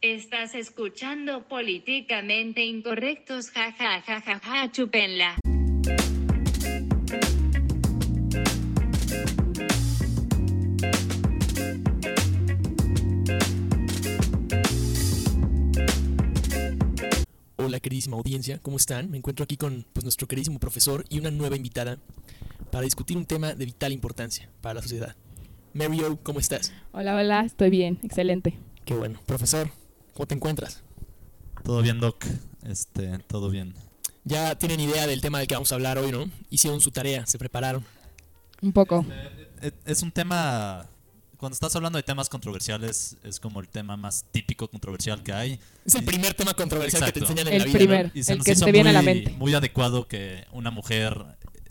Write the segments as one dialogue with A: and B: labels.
A: Estás escuchando políticamente incorrectos, jajajajaja, ja, ja, ja, ja, chúpenla.
B: Hola queridísima audiencia, ¿cómo están? Me encuentro aquí con pues, nuestro queridísimo profesor y una nueva invitada para discutir un tema de vital importancia para la sociedad. Mary O, ¿cómo estás?
C: Hola, hola, estoy bien, excelente.
B: Qué bueno. Profesor, ¿cómo te encuentras?
D: Todo bien, Doc. Este, todo bien.
B: Ya tienen idea del tema del que vamos a hablar hoy, ¿no? Hicieron su tarea, se prepararon.
C: Un poco.
D: Eh, Es un tema. Cuando estás hablando de temas controversiales, es como el tema más típico controversial que hay.
B: Es el primer tema controversial que te
D: Exacto.
B: enseñan en
C: El
B: la vida.
C: primer.
B: ¿no?
D: Y se
C: El
D: nos
C: que
D: hizo
C: te viene a la
D: muy-
C: mente.
D: Muy adecuado que una mujer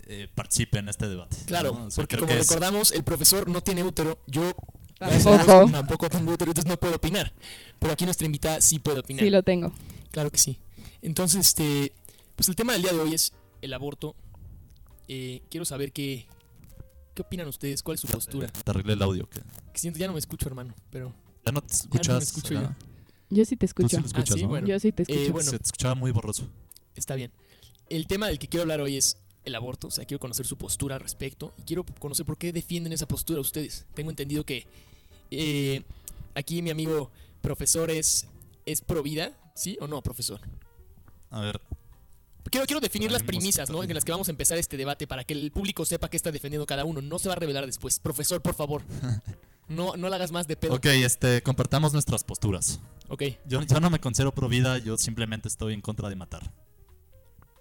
D: eh, participe en este debate.
B: Claro,
D: ¿no? O sea,
B: porque
D: creo
B: como
D: que es-
B: recordamos, el profesor no tiene útero, yo gracias a
C: Tampoco.
B: Dios, tampoco tengo útero, entonces no puedo opinar. Pero aquí nuestra invitada sí puede opinar.
C: Sí, lo tengo.
B: Claro que sí. Entonces, este, pues el tema del día de hoy es el aborto. Eh, quiero saber qué, qué opinan ustedes, cuál es su postura.
D: Te arreglé el audio. Que
B: Que siento, ya no me escucho, hermano, pero...
D: ya no te escuchas.
B: escucho
D: ¿verdad?
C: Yo sí te
D: Tú sí
C: escucho.
D: lo escuchas,
B: sí,
D: ¿no?
B: bueno.
C: Yo sí te
B: Eh,
C: escucho.
B: bueno.
D: Se te escuchaba muy borroso.
B: Está bien. El tema del que quiero hablar hoy es el aborto. O sea, quiero conocer su postura al respecto. Y quiero conocer por qué defienden esa postura ustedes. Tengo entendido que eh, aquí mi amigo profesor es, es pro vida, ¿sí o no, profesor?
D: A ver,
B: Quiero, quiero definir las
D: Tenemos-
B: premisas, ¿no? En las que vamos a empezar este debate para que el público sepa qué está defendiendo cada uno. No se va a revelar después. Profesor, por favor. No, no la hagas más de pedo.
D: ok, este, compartamos nuestras posturas.
B: Ok,
D: Yo, yo no me considero pro vida, yo simplemente estoy en contra de matar.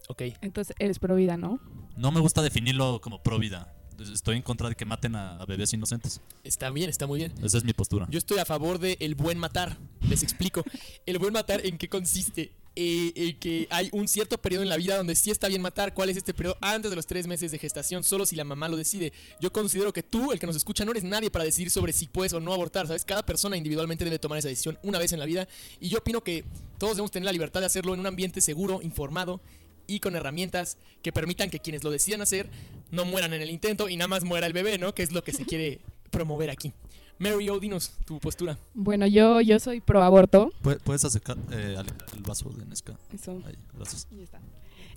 B: ok.
C: Entonces eres pro vida, ¿no?
D: No me gusta definirlo como pro vida. Estoy en contra de que maten a, a bebés inocentes.
B: Está bien, está muy bien.
D: Esa es mi postura.
B: Yo estoy a favor de el buen matar. Les explico. El buen matar en qué consiste. Eh, eh, que hay un cierto periodo en la vida donde sí está bien matar. ¿Cuál es este periodo? Antes de los tres meses de gestación, solo si la mamá lo decide. Yo considero que tú, el que nos escucha, no eres nadie para decidir sobre si puedes o no abortar. ¿Sabes? Cada persona individualmente debe tomar esa decisión una vez en la vida. Y yo opino que todos debemos tener la libertad de hacerlo en un ambiente seguro, informado y con herramientas que permitan que quienes lo decidan hacer no mueran en el intento y nada más muera el bebé, ¿no? Que es lo que se quiere promover aquí. Mary O, dinos tu postura.
C: Bueno, yo, yo soy pro aborto.
D: Pu- ¿Puedes acercar eh, Ale- el vaso de Nesca?
C: Eso.
D: Ahí, gracias.
C: Ya está.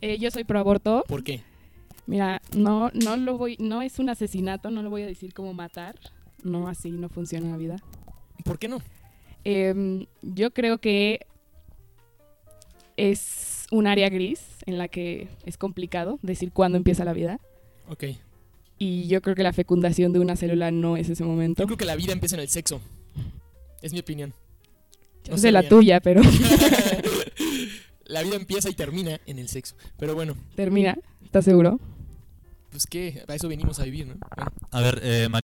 C: Eh, yo soy pro aborto.
B: ¿Por qué?
C: Mira, no, no lo voy, no es un asesinato, no lo voy a decir como matar. No, así no funciona la vida.
B: ¿Por qué no?
C: Em, yo creo que es un área gris en la que es complicado decir cuándo empieza la vida.
B: Ok.
C: Y yo creo que la fecundación de una célula no es ese momento.
B: Yo creo que la vida empieza en el sexo. Es mi opinión.
C: No sé la
B: sabía.
C: tuya, pero
B: la vida empieza y termina en el sexo. Pero bueno,
C: termina. ¿Estás seguro?
B: pues qué, para eso venimos a vivir, ¿no? Bueno,
D: A ver, eh, María.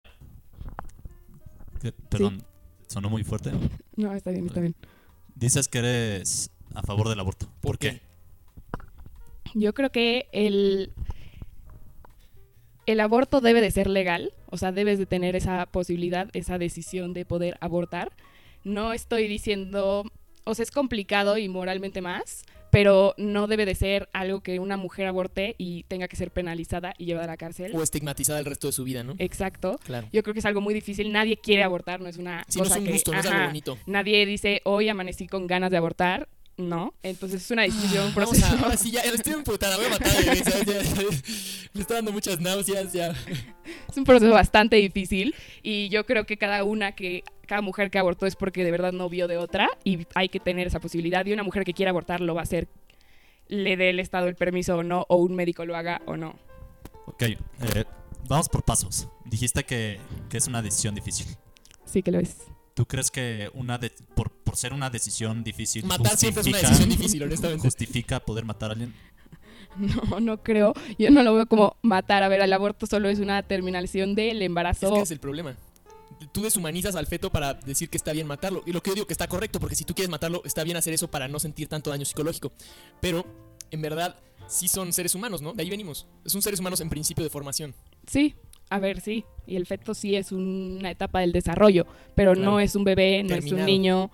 D: ¿Qué? Perdón, sonó muy fuerte.
C: No, está bien, está bien.
D: Dices que eres a favor del aborto.
B: ¿Por qué?
C: Yo creo que el, el aborto debe de ser legal, o sea, debes de tener esa posibilidad, esa decisión de poder abortar. No estoy diciendo, o sea, es complicado y moralmente más, pero no debe de ser algo que una mujer aborte y tenga que ser penalizada y llevada a la cárcel.
B: O estigmatizada el resto de su vida, ¿no?
C: Exacto.
B: Claro.
C: Yo creo que es algo muy difícil. Nadie quiere abortar, no es una
B: Si no es
C: cosa
B: un
C: que-
B: gusto, no es algo
C: ajá,
B: bonito.
C: Nadie dice, hoy amanecí con ganas de abortar. No. Entonces es una decisión, un
B: Ah, Vamos
C: proceso.
B: a, ahora sí, ya, ya estoy emputada, voy a matar. güey, ¿sabes? Ya- ya- me está dando muchas náuseas, ya.
C: Es un proceso bastante difícil. Y yo creo que cada una que. Cada mujer que abortó es porque de verdad no vio de otra. Y hay que tener esa posibilidad. Y una mujer que quiera abortar lo va a hacer. Le dé el Estado el permiso o no. O un médico lo haga o no.
D: Ok, eh, vamos por pasos. Dijiste que, que es una decisión difícil.
C: Sí que lo es.
D: ¿Tú crees que una de- por, por ser una decisión difícil
B: Matar siempre es una
D: justifica-
B: decisión difícil, honestamente.
D: justifica poder matar a alguien?
C: No, no creo. Yo no lo veo como matar. A ver, el aborto solo es una terminación del
B: Es
C: embarazo.
B: que es el problema. Tú deshumanizas al feto para decir que está bien matarlo. Y lo que yo digo que está correcto, porque si tú quieres matarlo, está bien hacer eso para no sentir tanto daño psicológico. Pero, en verdad, sí son seres humanos, ¿no? De ahí venimos. Son seres humanos en principio de formación.
C: Sí, a ver, sí. Y el feto sí es una etapa del desarrollo, pero
B: Claro.
C: no es un bebé, no es
B: Terminado.
C: un niño.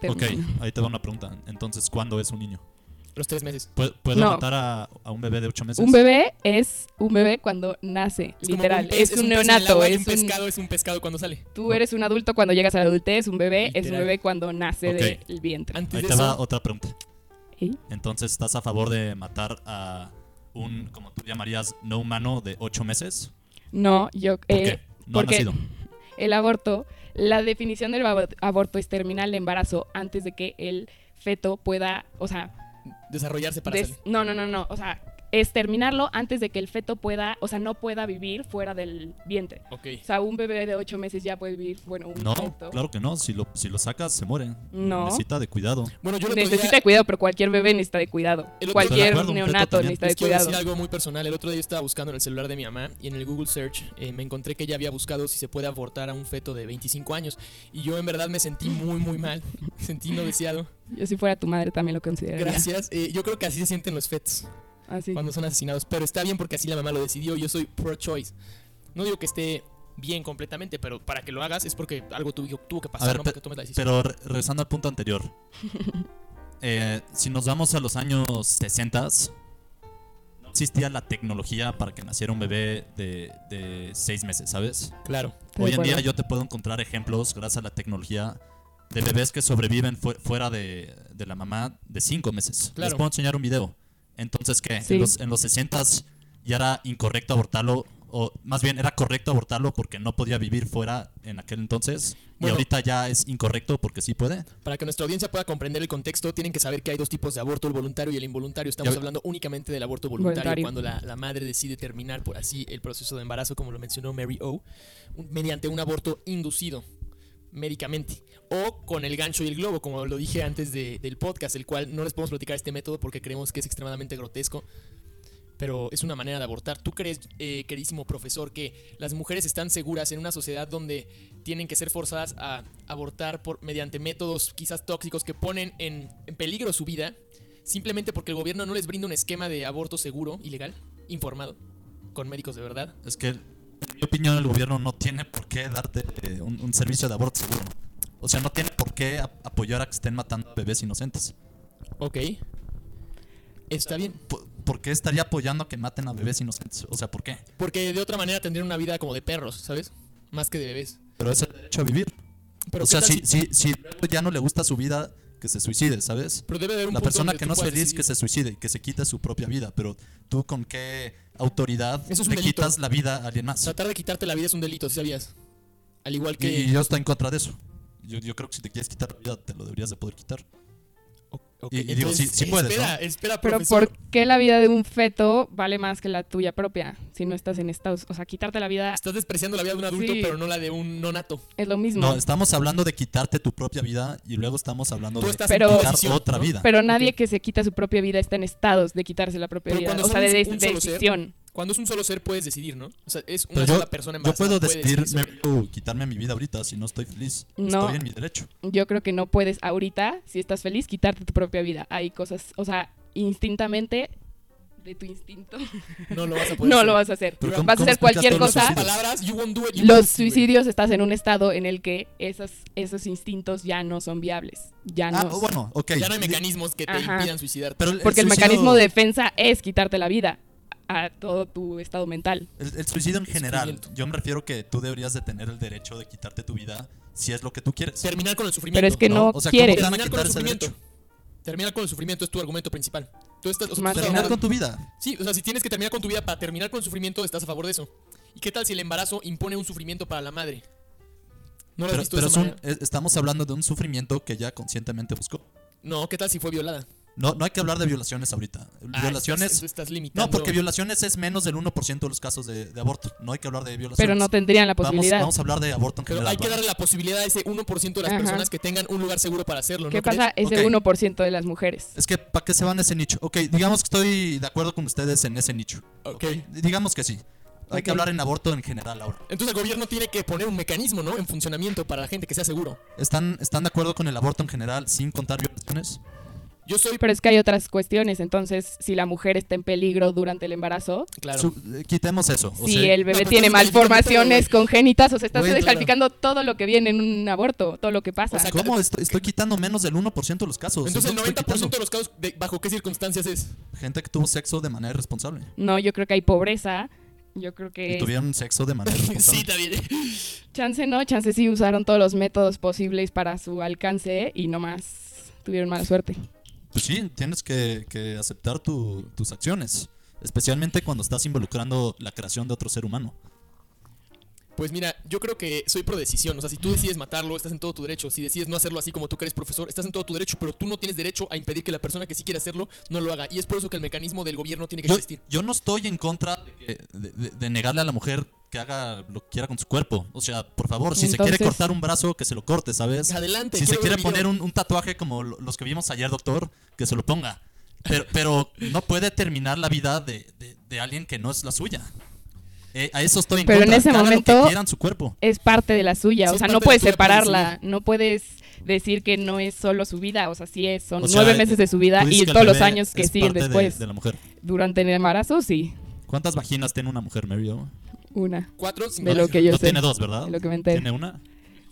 C: Ter-
D: Ok, ahí te va una pregunta. Entonces, ¿cuándo es un niño?
B: Los tres meses.
D: ¿Puedo, puedo
C: No.
D: matar a, a un bebé de 8 meses?
C: Un bebé es un bebé cuando nace,
B: Es como
C: literal.
B: pez-
C: es un
B: pez en el
C: neonato.
B: agua y
C: Es
B: un
C: un-
B: pescado es un pescado cuando sale.
C: tú eres un adulto cuando llegas a la adultez. Un bebé es un
B: Literal.
C: bebé cuando nace
D: Ok.
C: del vientre.
B: Antes
D: Ahí
B: de
D: te va
B: eso,
D: otra pregunta.
C: ¿Sí?
D: Entonces, ¿estás a favor de matar a un, como tú llamarías, no humano de 8 meses?
C: No, yo.
D: ¿Por
C: eh,
D: qué? No ha
C: porque-
D: nacido.
C: el aborto, la definición del abor- aborto es terminar el embarazo antes de que el feto pueda, o sea,
B: desarrollarse para
C: des-
B: salir.
C: no, no, no, no, o sea, es terminarlo antes de que el feto pueda, o sea, no pueda vivir fuera del vientre.
B: Ok.
C: O sea, un bebé de ocho meses ya puede vivir, bueno, un
D: No,
C: feto.
D: claro que no. Si lo, si lo sacas, se muere.
C: No.
D: Necesita de cuidado.
B: Bueno, yo lo
C: Necesita de cuidado, pero cualquier bebé necesita de cuidado.
B: El otro-
D: Estoy de
C: Cualquier
D: acuerdo, un feto
C: neonato
D: también.
C: necesita de
B: Les quiero
C: cuidado.
B: decir algo muy personal. El otro día yo estaba buscando en el celular de mi mamá y en el Google Search eh, me encontré que ella había buscado si se puede abortar a un feto de 25 años. Y yo en verdad me sentí muy, muy mal. sentí no deseado.
C: Yo si fuera tu madre también lo consideraría.
B: Gracias. Eh, yo creo que así se sienten los fetos
C: Así.
B: cuando son asesinados. Pero está bien porque así la mamá lo decidió. Yo soy pro-choice. No digo que esté bien completamente, pero para que lo hagas es porque algo tuvo, tuvo que pasar,
D: ver,
B: no
D: pe-
B: porque tomes la decisión.
D: Pero re- regresando al punto anterior. eh, si nos vamos a los años 60, no existía la tecnología para que naciera un bebé de, de 6 meses, ¿sabes?
B: claro.
C: de
D: Hoy en día
C: acuerdo.
D: yo te puedo encontrar ejemplos, gracias a la tecnología, de bebés que sobreviven fu- fuera de, de la mamá de 5 meses. Les
B: Claro.
D: puedo enseñar un video. Entonces, ¿qué?
C: Sí.
D: En los, en los 60 ya era incorrecto abortarlo, o más bien era correcto abortarlo porque no podía vivir fuera en aquel entonces.
B: Bueno.
D: Y ahorita ya es incorrecto porque sí puede.
B: Para que nuestra audiencia pueda comprender el contexto, tienen que saber que hay dos tipos de aborto, el voluntario y el involuntario. Estamos
D: Ya-
B: hablando únicamente del aborto voluntario,
C: Voluntario.
B: cuando la, la madre decide terminar por así el proceso de embarazo, como lo mencionó Mary O, un- mediante un aborto inducido médicamente o con el gancho y el globo, como lo dije antes de- del podcast, el cual no les podemos platicar este método porque creemos que es extremadamente grotesco, pero es una manera de abortar. ¿Tú crees, eh, queridísimo profesor, que las mujeres están seguras en una sociedad donde tienen que ser forzadas a abortar por, mediante métodos quizás tóxicos que ponen en, en peligro su vida simplemente porque el gobierno no les brinda un esquema de aborto seguro y legal, informado, con médicos de verdad?
D: Es que, en mi opinión, el gobierno no tiene por qué darte eh, un, un servicio de aborto seguro. O sea, no tiene por qué ap- apoyar a que estén matando a bebés inocentes.
B: Ok. Está bien.
D: ¿Por, por qué estaría apoyando a que maten a bebés inocentes? O sea, ¿por qué?
B: Porque de otra manera tendrían una vida como de perros, ¿sabes? Más que de bebés.
D: Pero es el derecho a vivir.
B: Pero,
D: o
B: ¿qué
D: sea,
B: tal
D: si,
B: si-
D: si, si luego ya no le gusta su vida, que se suicide, ¿sabes?
B: pero debe de haber un
D: La
B: punto
D: persona
B: donde
D: que
B: tú
D: no es
B: puedas
D: feliz,
B: decidir.
D: que se suicide, que se quita su propia vida. Pero tú, ¿con qué autoridad
B: Eso es un
D: le
B: delito.
D: quitas la vida a alguien más?
B: Tratar de quitarte la vida es un delito, ¿sí ¿sabías? Al igual
D: Y,
B: que...
D: y yo estoy en contra de eso. Yo, yo creo que si te quieres quitar la vida, te lo deberías de poder quitar.
B: Ok,
D: y- y digo, sí- sí puedes,
B: espera,
D: ¿no?
B: espera,
C: Pero
B: profesor.
C: ¿por qué la vida de un feto vale más que la tuya propia si no estás en Estados O sea, quitarte la vida
B: Estás despreciando la vida de un adulto,
C: Sí.
B: pero no la de un nonato.
C: es lo mismo.
D: No, estamos hablando de quitarte tu propia vida y luego estamos hablando
B: Tú
D: de
B: estás
C: Pero-
B: en tu
D: quitar
B: decisión,
D: otra
B: ¿no?
D: vida.
C: Pero nadie que se quita su propia vida está en estados de quitarse la propia
B: Pero
C: vida.
B: cuando
C: O sea,
B: son
C: de,
B: un-
C: des-
B: un
C: de
B: solo ser,
C: decisión.
B: Cuando es un solo ser puedes decidir, ¿no? O sea, es una
D: Pero yo,
B: sola persona
D: yo
B: embarazada.
D: puedo
B: puede decidir
D: decidirme
B: sobre-
D: uh, quitarme mi vida ahorita si no estoy feliz.
C: No.
D: Estoy en mi derecho.
C: Yo creo que no puedes ahorita, si estás feliz, quitarte tu propia vida. Hay cosas, o sea, instintamente de tu instinto,
B: No lo vas a poder
C: no lo vas a hacer.
D: Pero
B: Vas
D: ¿cómo-
C: a
D: cómo
C: hacer
D: explicas
C: cualquier
D: todos los
C: cosa.
B: Las
D: suicidios?
B: palabras, you won't do it, you won't
C: Los
B: do it.
C: suicidios estás en un estado en el que esos, esos instintos ya no son viables. Ya
D: Ah,
C: no.
D: bueno, ok.
B: Ya no hay mecanismos que te
C: Ajá.
B: impidan suicidarte.
D: Pero el-
C: porque el,
D: suicidio-
C: mecanismo de defensa es quitarte la vida a todo tu estado mental.
D: El, el suicidio en
B: Es
D: general,
B: sufrimiento.
D: yo me refiero que tú deberías de tener el derecho de quitarte tu vida si es lo que tú quieres.
B: Terminar con el sufrimiento.
C: Pero es que
D: No,
C: no,
D: o sea, ¿cómo
C: quieres.
D: te van a
B: Terminar con
D: quitar
B: el
D: ese
B: sufrimiento.
D: derecho.
B: Terminar con el sufrimiento es tu argumento principal. Tú estás, o sea, tú
C: Más
B: estás a
D: Terminar
B: favor-
D: con tu vida.
B: Sí, o sea, si tienes que terminar con tu vida para terminar con el sufrimiento, estás a favor de eso. ¿Y qué tal si el embarazo impone un sufrimiento para la madre? No lo has
D: Pero,
B: visto de
D: pero es
B: esa
D: un-
B: manera?
D: es- estamos hablando de un sufrimiento que ya conscientemente buscó.
B: No, ¿qué tal si fue violada?
D: No, no hay que hablar de violaciones ahorita.
B: Ah,
D: Violaciones.
B: estás- estás limitando.
D: No, porque violaciones es menos del 1% de los casos de, de aborto. No hay que hablar de violaciones.
C: Pero no tendrían la
D: vamos,
C: posibilidad.
D: vamos a hablar de aborto en
B: Pero
D: general.
B: hay que
D: ¿va?
B: darle la posibilidad a ese 1% de las
C: Ajá.
B: personas que tengan un lugar seguro para hacerlo, ¿no
C: ¿Qué
B: crees?
C: pasa? Ese
D: Ok.
C: 1% de las mujeres.
D: Es que, ¿para qué se van a ese nicho? Ok, digamos que estoy de acuerdo con ustedes en ese nicho.
B: Ok.
D: Digamos que sí. Hay
C: Ok.
D: que hablar en aborto en general ahora.
B: Entonces el gobierno tiene que poner un mecanismo, ¿no? En funcionamiento para la gente que sea seguro.
D: ¿Están, ¿Están de acuerdo con el aborto en general sin contar violaciones?
B: Yo soy.
C: Pero es que hay otras cuestiones. Entonces, si la mujer está en peligro durante el embarazo,
B: Claro.
D: Su- eh, quitemos eso. o
C: si
D: sea,
C: el
B: No,
C: bebé
B: pues, pero
C: tiene
B: estás descalificando
C: malformaciones congénitas, o sea, estás
D: Güey, claro.
C: descalificando todo lo que viene en un aborto, todo lo que pasa.
B: O sea,
D: ¿Cómo? Estoy, estoy quitando menos del 1% de los casos.
B: Entonces, el
D: Estoy
B: 90%
D: quitando
B: de los casos, de- ¿bajo qué circunstancias es?
D: Gente que tuvo sexo de manera irresponsable.
C: no, yo creo que hay pobreza. Yo creo
D: Y
C: que
D: tuvieron sexo de manera irresponsable.
B: Sí, también.
C: chance no, chance sí usaron todos los métodos posibles para su alcance y nomás tuvieron mala suerte.
D: Pues sí, tienes que, que aceptar tu- tus acciones. Especialmente cuando estás involucrando la creación de otro ser humano.
B: Pues mira, yo creo que soy pro decisión. O sea, si tú decides matarlo, estás en todo tu derecho. Si decides no hacerlo así como tú crees, profesor, estás en todo tu derecho, pero tú no tienes derecho a impedir que la persona que sí quiere hacerlo no lo haga. Y es por eso que el mecanismo del gobierno tiene que
D: Yo,
B: existir.
D: yo no estoy en contra de, que- de- de- de negarle a la mujer que haga lo que quiera con su cuerpo. O sea, por favor, si se
C: Entonces-
D: quiere cortar un brazo, que se lo corte, ¿sabes?
B: Adelante.
D: si se
B: quiero ver
D: quiere
B: el
D: poner
B: video.
D: un, un tatuaje como lo- los que vimos ayer, doctor, que se lo ponga. Pero, pero no puede terminar la vida de, de- de alguien que no es la suya. Eh, a eso estoy en
C: Pero en
D: contra.
C: ese
D: que hagan lo que
C: momento-
D: quieran su cuerpo.
C: Es parte de la suya,
B: Sí,
C: o
B: es
C: sea,
B: parte
C: no
B: de la
C: puedes
B: suya, puedes
C: separarla, no puedes decir que no es solo su vida, o sea, sí es, son
D: O sea,
C: nueve meses de su vida
D: Tú dices
C: y
D: que el
C: todos los
D: bebé
C: años que
D: es
C: siguen
D: parte de-
C: después.
D: De, la mujer.
C: Durante el embarazo, sí,
D: ¿Cuántas vaginas tiene una mujer, Mary? O?
C: una,
B: Cuatro, cinco,
C: de lo que yo
D: no
C: sé.
D: tiene dos, ¿verdad?
C: de lo que me enteré.
D: ¿Tiene una?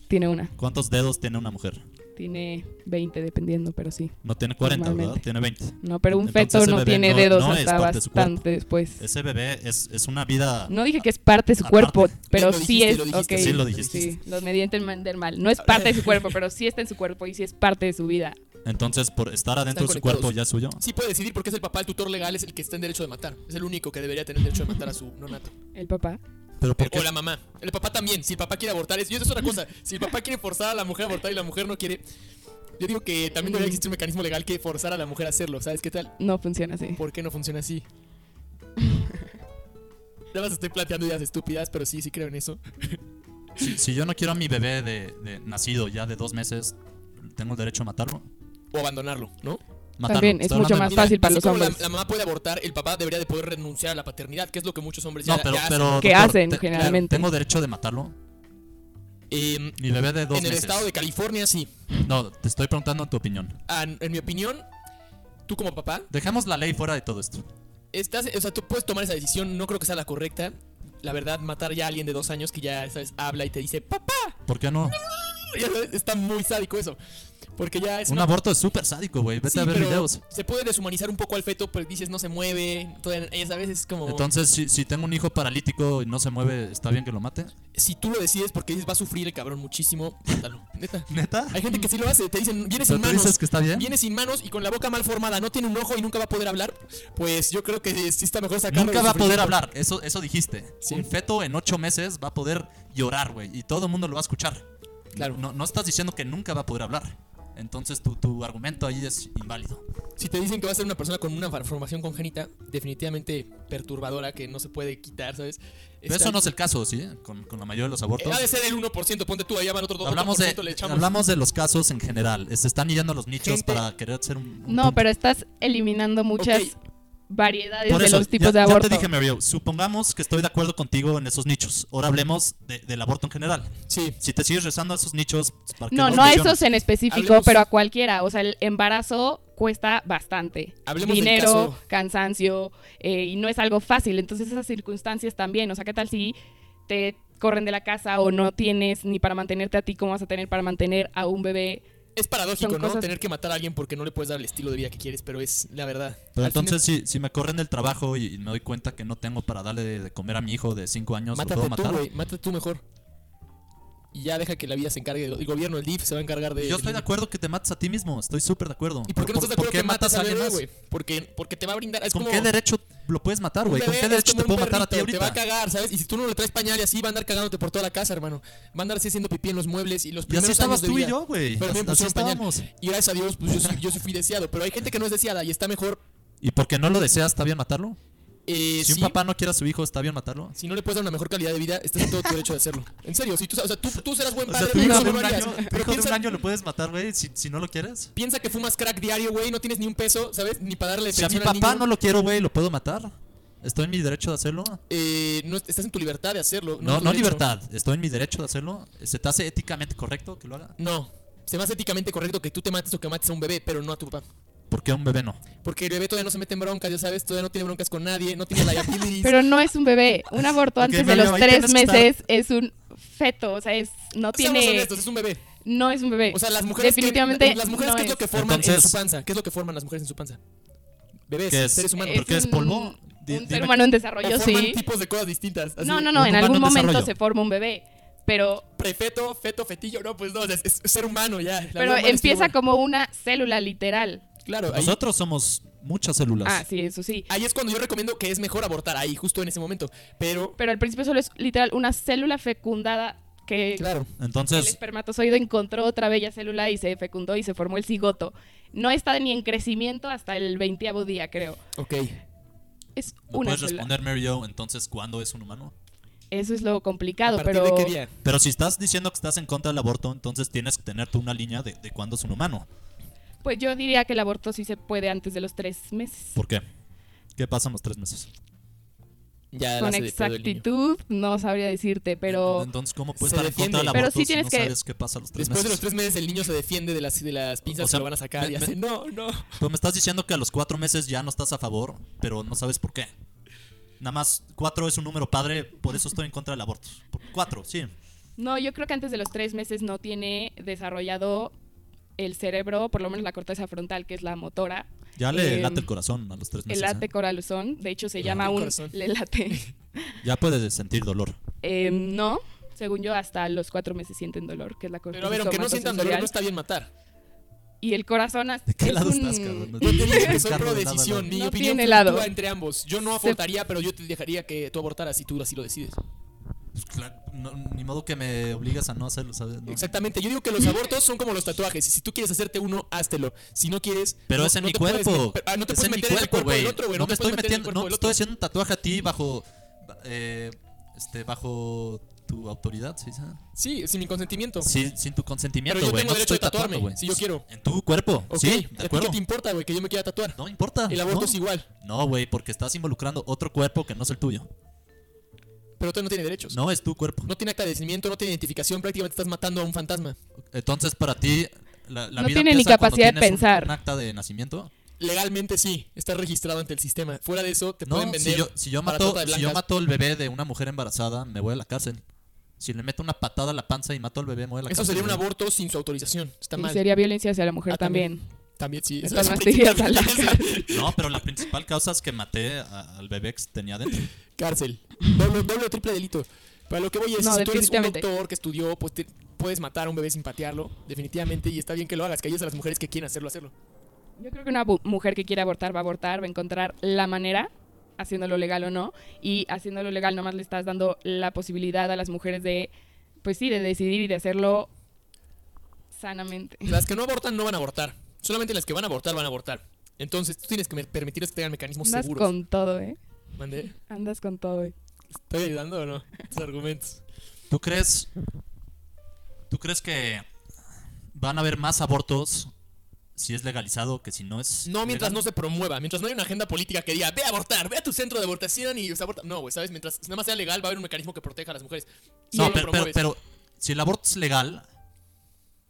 C: tiene una,
D: ¿Cuántos dedos tiene una mujer?
C: tiene 20 dependiendo, pero sí.
D: No tiene 40, ¿verdad?
C: Normalmente.
D: Tiene 20.
C: No, pero un
D: Entonces,
C: feto
D: ese
C: no
D: bebé
C: tiene
D: no-
C: dedos
D: no es
C: hasta
D: parte de su cuerpo.
C: bastante después.
D: Ese bebé es, es una vida.
C: No dije que es parte de su
D: Aparte.
C: cuerpo, pero
B: Lo
C: sí
B: dijiste,
C: es.
B: lo dijiste,
C: ok,
D: sí, lo dijiste.
C: sí, lo medí del mal, del mal. No es parte de su cuerpo, pero sí está en su cuerpo y sí es parte de su vida.
D: Entonces, por estar adentro de
B: Están
D: su cuerpo
B: conectados.
D: ya es suyo.
B: Sí puede decidir porque es el papá, el tutor legal es el que está en derecho de matar. Es el único que debería tener derecho de matar a su nonato.
C: El papá.
D: Pero ¿por qué?
B: O la mamá. El papá también. Si el papá quiere abortar, es, y eso es otra cosa. Si el papá quiere forzar a la mujer a abortar y la mujer no quiere, yo digo que también debería existir un mecanismo legal que forzar a la mujer a hacerlo. ¿Sabes qué tal?
C: No funciona así.
B: ¿Por qué no funciona así? Nada más estoy planteando ideas estúpidas, pero sí, sí creo en eso.
D: Si, si yo no quiero a mi bebé de, de nacido ya de dos meses, ¿tengo el derecho a matarlo?
B: O abandonarlo, ¿no?
D: Matarlo.
C: También es
D: Estoy
C: mucho
D: hablando
C: más
D: de-
B: Mira,
C: fácil para
B: así
C: los
B: como la-
C: hombres.
B: La, mamá puede abortar, el papá debería de poder renunciar a la paternidad, que es lo que muchos hombres ya,
D: No, pero,
B: ya hacen.
D: pero
C: Que
D: doctor,
C: hacen
D: te-
C: generalmente.
D: ¿Tengo derecho de matarlo?
B: Eh,
D: Mi bebé de
B: en
D: dos
B: el
D: meses.
B: estado de California, sí.
D: No, te estoy preguntando tu opinión.
B: Ah, en mi opinión, tú como papá,
D: Dejemos la ley fuera de todo esto.
B: Estás, o sea, tú puedes tomar esa decisión, no creo que sea la correcta. La verdad, matar ya a alguien de dos años que ya, sabes, habla y te dice, papá,
D: ¿Por qué no?
B: ya sabes, está muy sádico eso. Porque ya es
D: Un
B: una...
D: aborto es súper sádico, güey. Vete
B: Sí,
D: a ver
B: pero
D: videos.
B: Se puede deshumanizar un poco al feto, pero dices, no se mueve. Todavía, ya sabes, es como...
D: Entonces, si, si tengo un hijo paralítico y no se mueve, ¿está bien que lo mate?
B: si tú lo decides porque dices, va a sufrir el cabrón muchísimo, mátalo. Neta.
D: ¿Neta?
B: Hay gente que sí lo hace, te dicen, viene
D: ¿Pero
B: sin
D: tú
B: manos.
D: dices que está bien?
B: Viene sin manos y con la boca mal formada, no tiene un ojo y nunca va a poder hablar. Pues yo creo que sí está mejor sacarlo.
D: Nunca
B: del
D: va a poder
B: sufrimiento.
D: hablar, eso, eso dijiste.
B: Sí.
D: Un feto en ocho meses va a poder llorar, güey, y todo el mundo lo va a escuchar.
B: Claro.
D: No, no estás diciendo que nunca va a poder hablar. Entonces tu, tu argumento ahí es inválido.
B: Si te dicen que va a ser una persona con una formación congénita, definitivamente perturbadora que no se puede quitar, ¿sabes?
D: Pero
B: Está-
D: eso no es el caso, ¿sí? Con, con la mayoría de los
B: Eh,
D: abortos.
B: ha de ser el 1%, ponte tú, allá van otro 2%,
D: Hablamos de,
B: le echamos.
D: hablamos de los casos en general. Se están yendo a los nichos
B: Gente-
D: para querer ser un... un
C: No,
D: punto.
C: pero estás eliminando muchas
B: Ok.
C: variedades
D: Por
C: de
D: eso,
C: los tipos
D: ya-
C: de aborto.
D: Ya te dije, Mario, supongamos que estoy de acuerdo contigo en esos nichos. Ahora hablemos de- del aborto en general.
B: Sí,
D: Si te sigues rezando a esos nichos... ¿para qué
C: no,
D: los
C: no a
D: mencionas?
C: esos en específico,
B: Hablemos-
C: pero a cualquiera. O sea, el embarazo cuesta bastante.
B: Hablemos del
C: Dinero,
B: caso.
C: cansancio, eh, y no es algo fácil. Entonces esas circunstancias también. O sea, ¿qué tal si te corren de la casa o no tienes ni para mantenerte a ti, cómo vas a tener para mantener a un bebé?
B: es paradójico,
C: Son
B: ¿no?
C: cosas-
B: Tener que matar a alguien porque no le puedes dar el estilo de vida que quieres, pero es la verdad.
D: Pero
B: Al final,
D: entonces, si, si me corren del trabajo y, y me doy cuenta que no tengo para darle de, de comer a mi hijo de 5 años, ¿lo puedo
B: mátate tú,
D: matar?
B: güey, mátate tú mejor. Y ya deja que la vida se encargue, el gobierno, el DIF se va a encargar de...
D: Yo estoy de acuerdo que te mates a ti mismo, estoy súper de acuerdo.
B: Eh, ¿Y por qué no
D: Pero
B: estás de acuerdo
D: por qué
B: que matas a alguien
D: más?
B: güey? Porque, porque te va a brindar... Es
D: ¿Con
B: como...
D: qué derecho lo puedes matar,
B: Un
D: güey? ¿Con
B: bebé
D: qué
B: es
D: derecho
B: como
D: te
B: un
D: puedo matar a ti
B: perrito,
D: ahorita?
B: Te va a cagar, ¿sabes? Y si tú no le traes pañal y así, va a andar cagándote por toda la casa, hermano. Va a andar así haciendo pipí en los muebles y los
D: y así
B: primeros años
D: estabas
B: de
D: tú y
B: vida.
D: yo, güey.
B: Pero
D: Así
B: bien,
D: así
B: pusieron pañal.
D: estábamos.
B: Y gracias a Dios, pues yo sí, yo sí fui deseado. Pero hay gente que no es deseada y está mejor.
D: ¿Y por qué no lo deseas, está bien matarlo?
B: Eh,
D: Si un
B: sí,
D: papá no quiere a su hijo, está bien matarlo.
B: Si no le puedes dar una mejor calidad de vida, estás en todo tu derecho de hacerlo. En serio, si tú, o sea, tú, tú serás buen
D: O
B: padre,
D: sea, tu
B: pero
D: hijo
B: eso
D: de
B: no
D: un
B: lo harías.
D: año, tu
B: Pero
D: hijo de un
B: piensa,
D: año lo puedes matar, güey, si, si no lo quieres.
B: piensa que fumas crack diario, güey, no tienes ni un peso, ¿sabes? Ni para darle
D: Si a mi
B: pensión al
D: papá
B: niño.
D: no lo quiero, güey, ¿lo puedo matar? ¿Estoy en mi derecho de hacerlo?
B: Eh, no, estás en tu libertad de hacerlo. en
D: No,
B: tu
D: no
B: derecho.
D: libertad. Estoy en mi derecho de hacerlo. ¿Se te hace éticamente correcto que lo haga?
B: No. Se me hace éticamente correcto que tú te mates o que mates a un bebé, pero no a tu papá.
D: ¿Por porque un bebé no.
B: Porque el bebé todavía no se mete en broncas, ya sabes, todavía no tiene broncas con nadie, no tiene liabilities.
C: Pero no es un bebé. Un aborto
D: Ok,
C: antes de
D: Mario,
C: los
D: ahí
C: tres
D: tienes que estar.
C: meses es un feto. O sea, es, no
B: Seamos
C: tiene.
B: honestos, es un bebé.
C: No es un bebé.
B: O sea, las mujeres. que-
C: Definitivamente.
B: las mujeres,
C: no
B: ¿qué es lo que forman en
D: Entonces-
B: su panza? ¿Qué es lo que forman las mujeres en su panza? Bebés,
D: ¿Qué es?
B: seres humanos.
D: ¿Por qué es polvo?
C: Un,
D: Di-
C: un ser
D: dime.
C: humano en
B: O
C: desarrollo,
B: forman
C: Eh, sí.
B: tipos de cosas distintas. así
C: No,
B: de
C: no, no.
D: un
C: En
D: humano
C: algún
D: en
C: momento
D: desarrollo.
C: se forma un bebé. Pero,
B: Prefeto, feto, fetillo. No, pues no, es, es ser humano ya. La
C: pero
B: vida humana es
C: empieza
B: ser humano.
C: como una célula literal.
B: Claro, ahí,
D: Nosotros somos muchas células.
C: Ah, sí, eso sí.
B: ahí es cuando yo recomiendo que es mejor abortar, ahí, justo en ese momento. Pero.
C: Pero al principio solo es literal una célula fecundada que
B: Claro.
C: el
D: Entonces,
C: espermatozoide encontró otra bella célula y se fecundó y se formó el cigoto. No está ni en crecimiento hasta el veintiavo día, creo.
B: Ok.
C: Es
D: ¿me
C: una
D: puedes
C: célula.
D: responder, Mary Jo, entonces cuándo es un humano?
C: Eso es lo
B: ¿A
C: complicado,
B: partir
C: pero
B: de qué día?
D: Pero si estás diciendo que estás en contra del aborto, entonces tienes que tener tú una línea de, de cuándo es un humano.
C: pues yo diría que el aborto sí se puede antes de los tres meses.
D: ¿Por qué? ¿Qué pasa en los tres meses?
B: Ya
C: Con
B: la hace de pedo el niño.
C: exactitud no sabría decirte, pero
D: Entonces, ¿cómo puedes
B: Se
D: estar en
B: defiende.
D: contra del
C: Pero
D: aborto
C: sí tienes
D: si no
C: que-
D: sabes qué pasa a los tres
B: Después de los
D: meses?
B: tres meses, el niño se defiende de las, de las pinzas
D: O sea,
B: que lo van a sacar
D: me-
B: y
D: me-
B: hace, no, no.
D: Tú me estás diciendo que a los cuatro meses ya no estás a favor, pero no sabes por qué. Nada más, cuatro es un número padre, por eso estoy en contra del aborto. Por- cuatro, sí.
C: no, yo creo que antes de los tres meses no tiene desarrollado el cerebro, por lo menos la corteza frontal, que es la motora.
D: Ya le
C: Em,
D: late el corazón a los tres
C: El
D: meses.
C: late
D: ¿eh?
C: coraluzón, de hecho se llama
B: el
C: un
B: corazón.
C: le late.
D: Ya puedes sentir dolor.
C: Em, no, según yo, hasta los cuatro meses sienten dolor, que es la corteza
B: Pero a ver, aunque no sientan dolor,
C: somatosensorial.
B: no está bien matar.
C: Y el corazón hasta
D: ¿De qué
C: es
D: lado
C: un-
D: estás, cabrón?
B: Yo te dije que
D: Buscarlo
B: soy
D: de
B: pro
D: lado a lado.
B: decisión. Mi
C: No
B: opinión
C: tiene lado.
B: fluctúa entre ambos. Yo no abortaría, pero yo te dejaría que tú abortaras si tú así lo decides.
D: Pues claro, no- ni modo que me obligas a no hacerlo, ¿sabes? No.
B: Exactamente. Yo digo que los abortos son como los tatuajes. Si tú quieres hacerte uno, háztelo. Si no quieres.
D: Pero
B: no-
D: es en
B: no
D: mi
B: te puedes
D: cuerpo.
B: met- pero, ah, no te
D: es
B: puedes
D: en mi
B: meter en el cuerpo del
D: güey.
B: otro, güey.
D: No
B: te
D: me
B: puedes
D: estoy
B: meter en el
D: metiendo,
B: cuerpo
D: no
B: del
D: te estoy
B: otro.
D: haciendo un tatuaje a ti bajo. eh, este, bajo tu autoridad, ¿sí? ¿sabes?
B: Sí, sin mi consentimiento.
D: Sin, sin tu consentimiento,
B: Pero yo
D: güey.
B: tengo
D: no te
B: derecho
D: estoy
B: de tatuarme,
D: tatuando, güey.
B: si yo quiero.
D: En tu cuerpo,
B: Ok,
D: sí,
B: ¿a
D: de
B: ti
D: acuerdo.
B: ¿Qué te importa, güey? Que yo me quiera tatuar.
D: No me importa.
B: El aborto
D: no.
B: es igual,
D: No, güey, porque estás involucrando otro cuerpo que no es el tuyo.
B: pero tú no tiene derechos.
D: No es tu cuerpo.
B: No tiene acta de nacimiento, no tiene identificación. Prácticamente estás matando a un fantasma.
D: Entonces, para ti, la, la
C: No
D: vida
C: tiene ni
D: empieza cuando
C: capacidad de
D: tienes un-
C: pensar.
D: Un, acta de nacimiento.
B: Legalmente sí, estás registrado ante el sistema. Fuera de eso, te pueden
D: No,
B: vender.
D: si yo, si, yo
B: para
D: mato,
B: trata de
D: si yo
B: blancas.
D: mato el bebé de una mujer embarazada, me voy a la cárcel. Si le meto una patada a la panza y mato al bebé, me voy a la
B: Eso
D: cárcel.
B: sería un
D: güey.
B: aborto sin su autorización. Está
C: Y
B: mal.
C: sería violencia hacia la mujer
B: Ah, también.
C: también.
B: También sí.
C: Entonces,
B: es
C: no
B: un
C: te irías
B: principio
C: a la
B: de
C: cárcel.
D: No, pero la principal causa es que maté a- al bebé que tenía dentro.
B: Cárcel. Doble, doble o triple delito. Para lo que voy es,
C: No,
B: si tú eres un
C: definitivamente.
B: doctor que estudió, pues te- puedes matar a un bebé sin patearlo, definitivamente, y está bien que lo hagas, que ayudes a las mujeres que quieren hacerlo, hacerlo.
C: Yo creo que una bu- mujer que quiere abortar va a abortar, va a encontrar la manera, haciéndolo legal o no, y haciéndolo legal nomás le estás dando la posibilidad a las mujeres de, pues sí, de decidir y de hacerlo sanamente.
B: Las que no abortan no van a abortar. Solamente las que van a abortar van a abortar. Entonces tú tienes que me- permitirles que tengan mecanismos
C: Andas
B: seguros.
C: con todo, ¿eh?
B: Mande,
C: Andas con todo, ¿eh?
B: ¿Estoy ayudando o no? Tus argumentos.
D: ¿Tú crees? ¿Tú crees que van a haber más abortos si es legalizado que si no es?
B: No mientras
D: legal?
B: no se promueva, mientras no hay una agenda política que diga, ve a abortar, ve a tu centro de abortación y se aborta. No, güey, ¿sabes? Mientras nada más sea legal, va a haber un mecanismo que proteja a las mujeres. Y
D: No,
B: lo
D: pero, pero,
B: promueves.
D: pero si el aborto es legal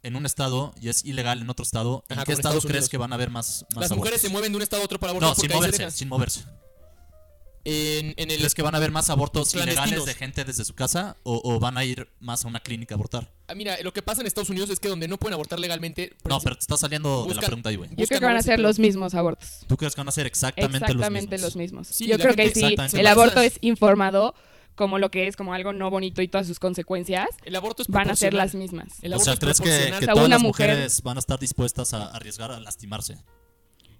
D: en un estado y es ilegal en otro estado, ¿en
B: Ajá, como en
D: qué estado
B: Estados
D: crees
B: Unidos.
D: que van a haber más, más
B: las mujeres
D: abortos?
B: se mueven de un estado a otro para abortar
D: No,
B: porque
D: sin
B: ahí se
D: moverse,
B: deja.
D: sin moverse.
B: En, en el
D: ¿Crees eh, que van a haber más abortos
B: Clandestinos.
D: ilegales de gente desde su casa o, o van a ir más a una clínica a abortar?
B: Ah, Mira, lo que pasa en Estados Unidos es que donde no pueden abortar legalmente.
C: Pues
B: por
D: No,
B: ejemplo,
D: pero te está saliendo de la
B: buscan-
D: pregunta ahí, güey.
C: Yo
B: buscan
C: creo que van
B: ahora
C: a
B: sí,
C: ser
B: pero-
C: los mismos abortos.
D: ¿Tú crees que van a ser exactamente,
C: Exactamente los
D: los mismos?
C: mismos.
B: Sí,
C: Yo
B: la
C: creo que
B: gente-
C: sí,
D: Exactamente.
C: el aborto
B: Basas-
C: es informado como lo que es, como algo no bonito y todas sus consecuencias
B: El aborto es
C: van a ser las
B: proporcional.
C: mismas.
B: El
D: O
B: aborto
D: sea,
B: es
D: ¿crees que,
B: proporcional.
D: que
C: a
D: todas
C: una
D: las
C: mujer?
D: mujeres van a estar dispuestas a arriesgar a lastimarse?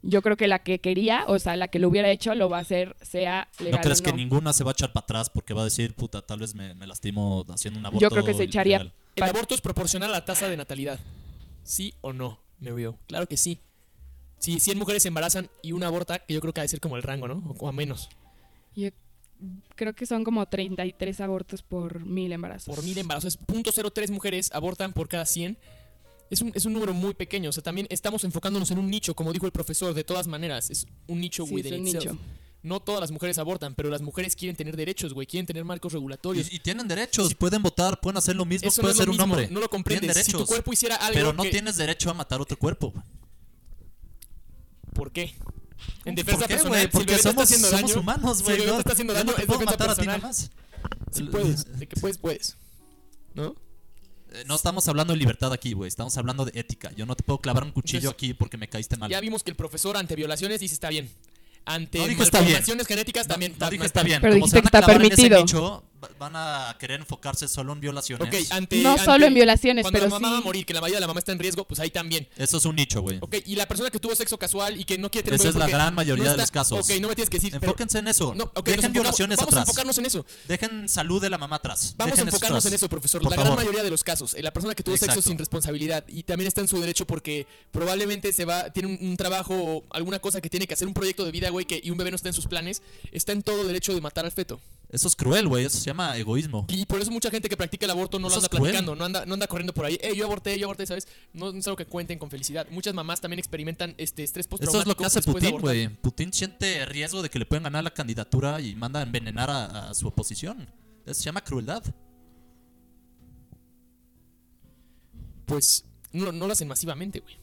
C: Yo creo que la que quería, o sea, la que lo hubiera hecho, lo va a hacer, sea legal
D: ¿No crees
C: o
D: que
C: no.
D: ninguna se va a echar para atrás porque va a decir, puta, tal vez me, me lastimo haciendo un aborto?
C: creo que se echaría-
D: ilegal"?
B: El aborto es proporcional a la tasa de natalidad. ¿Sí o no, Mary Jo? Claro que sí. Si 100 mujeres se embarazan y una aborta, que yo creo que ha de ser como el rango, ¿no? O, o a menos.
C: Yo creo que son como 33 abortos por mil embarazos.
B: Por mil em-. embarazos. Es 0.03 mujeres abortan por cada 100. Es un, es un número muy pequeño. O sea, también estamos enfocándonos en un nicho, como dijo el profesor. De todas maneras, es un nicho
C: Sí,
B: within
C: es un
B: itself.
C: nicho.
B: No todas las mujeres abortan, pero las mujeres quieren tener derechos, güey. Quieren tener marcos regulatorios.
D: Y, y tienen derechos, pueden votar, pueden hacer lo mismo,
B: Eso no
D: pueden
B: es lo
D: ser un
B: mismo,
D: hombre.
B: No lo
D: Tienen
B: comprendes. Si tu
D: derechos,
B: cuerpo hiciera algo
D: pero no
B: que-
D: tienes derecho a matar otro cuerpo. güey.
B: ¿Por qué? En
D: ¿Por
B: defensa
D: qué,
B: personal,
D: güey?
B: si el
D: Porque
B: bebé te está
D: somos,
B: haciendo
D: somos
B: daño,
D: humanos,
B: si
D: güey.
B: el bebé
D: no
B: te está haciendo
D: yo no
B: daño,
D: te
B: es
D: puedo
B: defensa
D: matar a ti
B: personal.
D: nada más.
B: si puedes, de que puedes, puedes. ¿No?
D: Eh, No estamos hablando de libertad aquí, güey. Estamos hablando de ética. Yo no te puedo clavar un cuchillo
B: Entonces,
D: aquí porque me caíste mal.
B: Ya vimos que el profesor ante violaciones dice está bien. Ante
D: No dijo está bien.
B: malformaciones genéticas
D: No,
B: también
D: no
B: está-
D: dije
B: no
D: está bien.
C: Pero
D: Como se
C: dijiste
D: van a
C: que está
D: clavar en ese
C: permitido.
D: nicho, va- van a querer enfocarse solo en violaciones.
B: Ok, ante,
C: No
B: ante-
C: solo en violaciones,
B: cuando
C: pero
B: la mamá va a
C: sí.
B: morir, que la vida de la mamá está en riesgo, pues ahí también.
D: Eso es un nicho, güey.
B: Ok, y la persona que tuvo sexo casual y que no quiere tener
D: Esa
B: bebé
D: es la
B: porque
D: gran mayoría
B: no
D: de los casos.
B: Ok, no me tienes que decir. pero-
D: Enfóquense en eso.
B: no, ok, nos
D: Dejen
B: enfocamos-
D: violaciones
B: vamos a
D: atrás.
B: enfocarnos en eso.
D: Dejen salud de la mamá atrás.
B: Vamos
D: Dejen
B: a
D: eso
B: enfocarnos
D: atrás.
B: en eso, profesor.
D: Por
B: la
D: favor.
B: gran mayoría de los casos, eh, la persona que tuvo
D: Exacto.
B: sexo sin responsabilidad y también está en su derecho porque probablemente se va, tiene un, un trabajo o alguna cosa que tiene que hacer, un proyecto de vida, güey, que y un bebé no está en sus planes, está en todo derecho de matar al feto.
D: Eso es cruel, güey. Eso se llama egoísmo.
B: Y por eso mucha gente que practica el aborto no lo
D: Eso
B: anda
D: es cruel.
B: platicando, no anda, no anda corriendo por ahí. Eh, yo aborté, yo aborté, ¿sabes? No, no es algo que cuenten con felicidad. Muchas mamás también experimentan este estrés
D: Eso es
B: postraumático
D: lo que hace
B: después de
D: Putin,
B: abortar.
D: güey. Putin siente riesgo de que le puedan ganar la candidatura y manda a envenenar a, a su oposición. Eso se llama crueldad.
B: Pues no, no lo hacen masivamente, güey.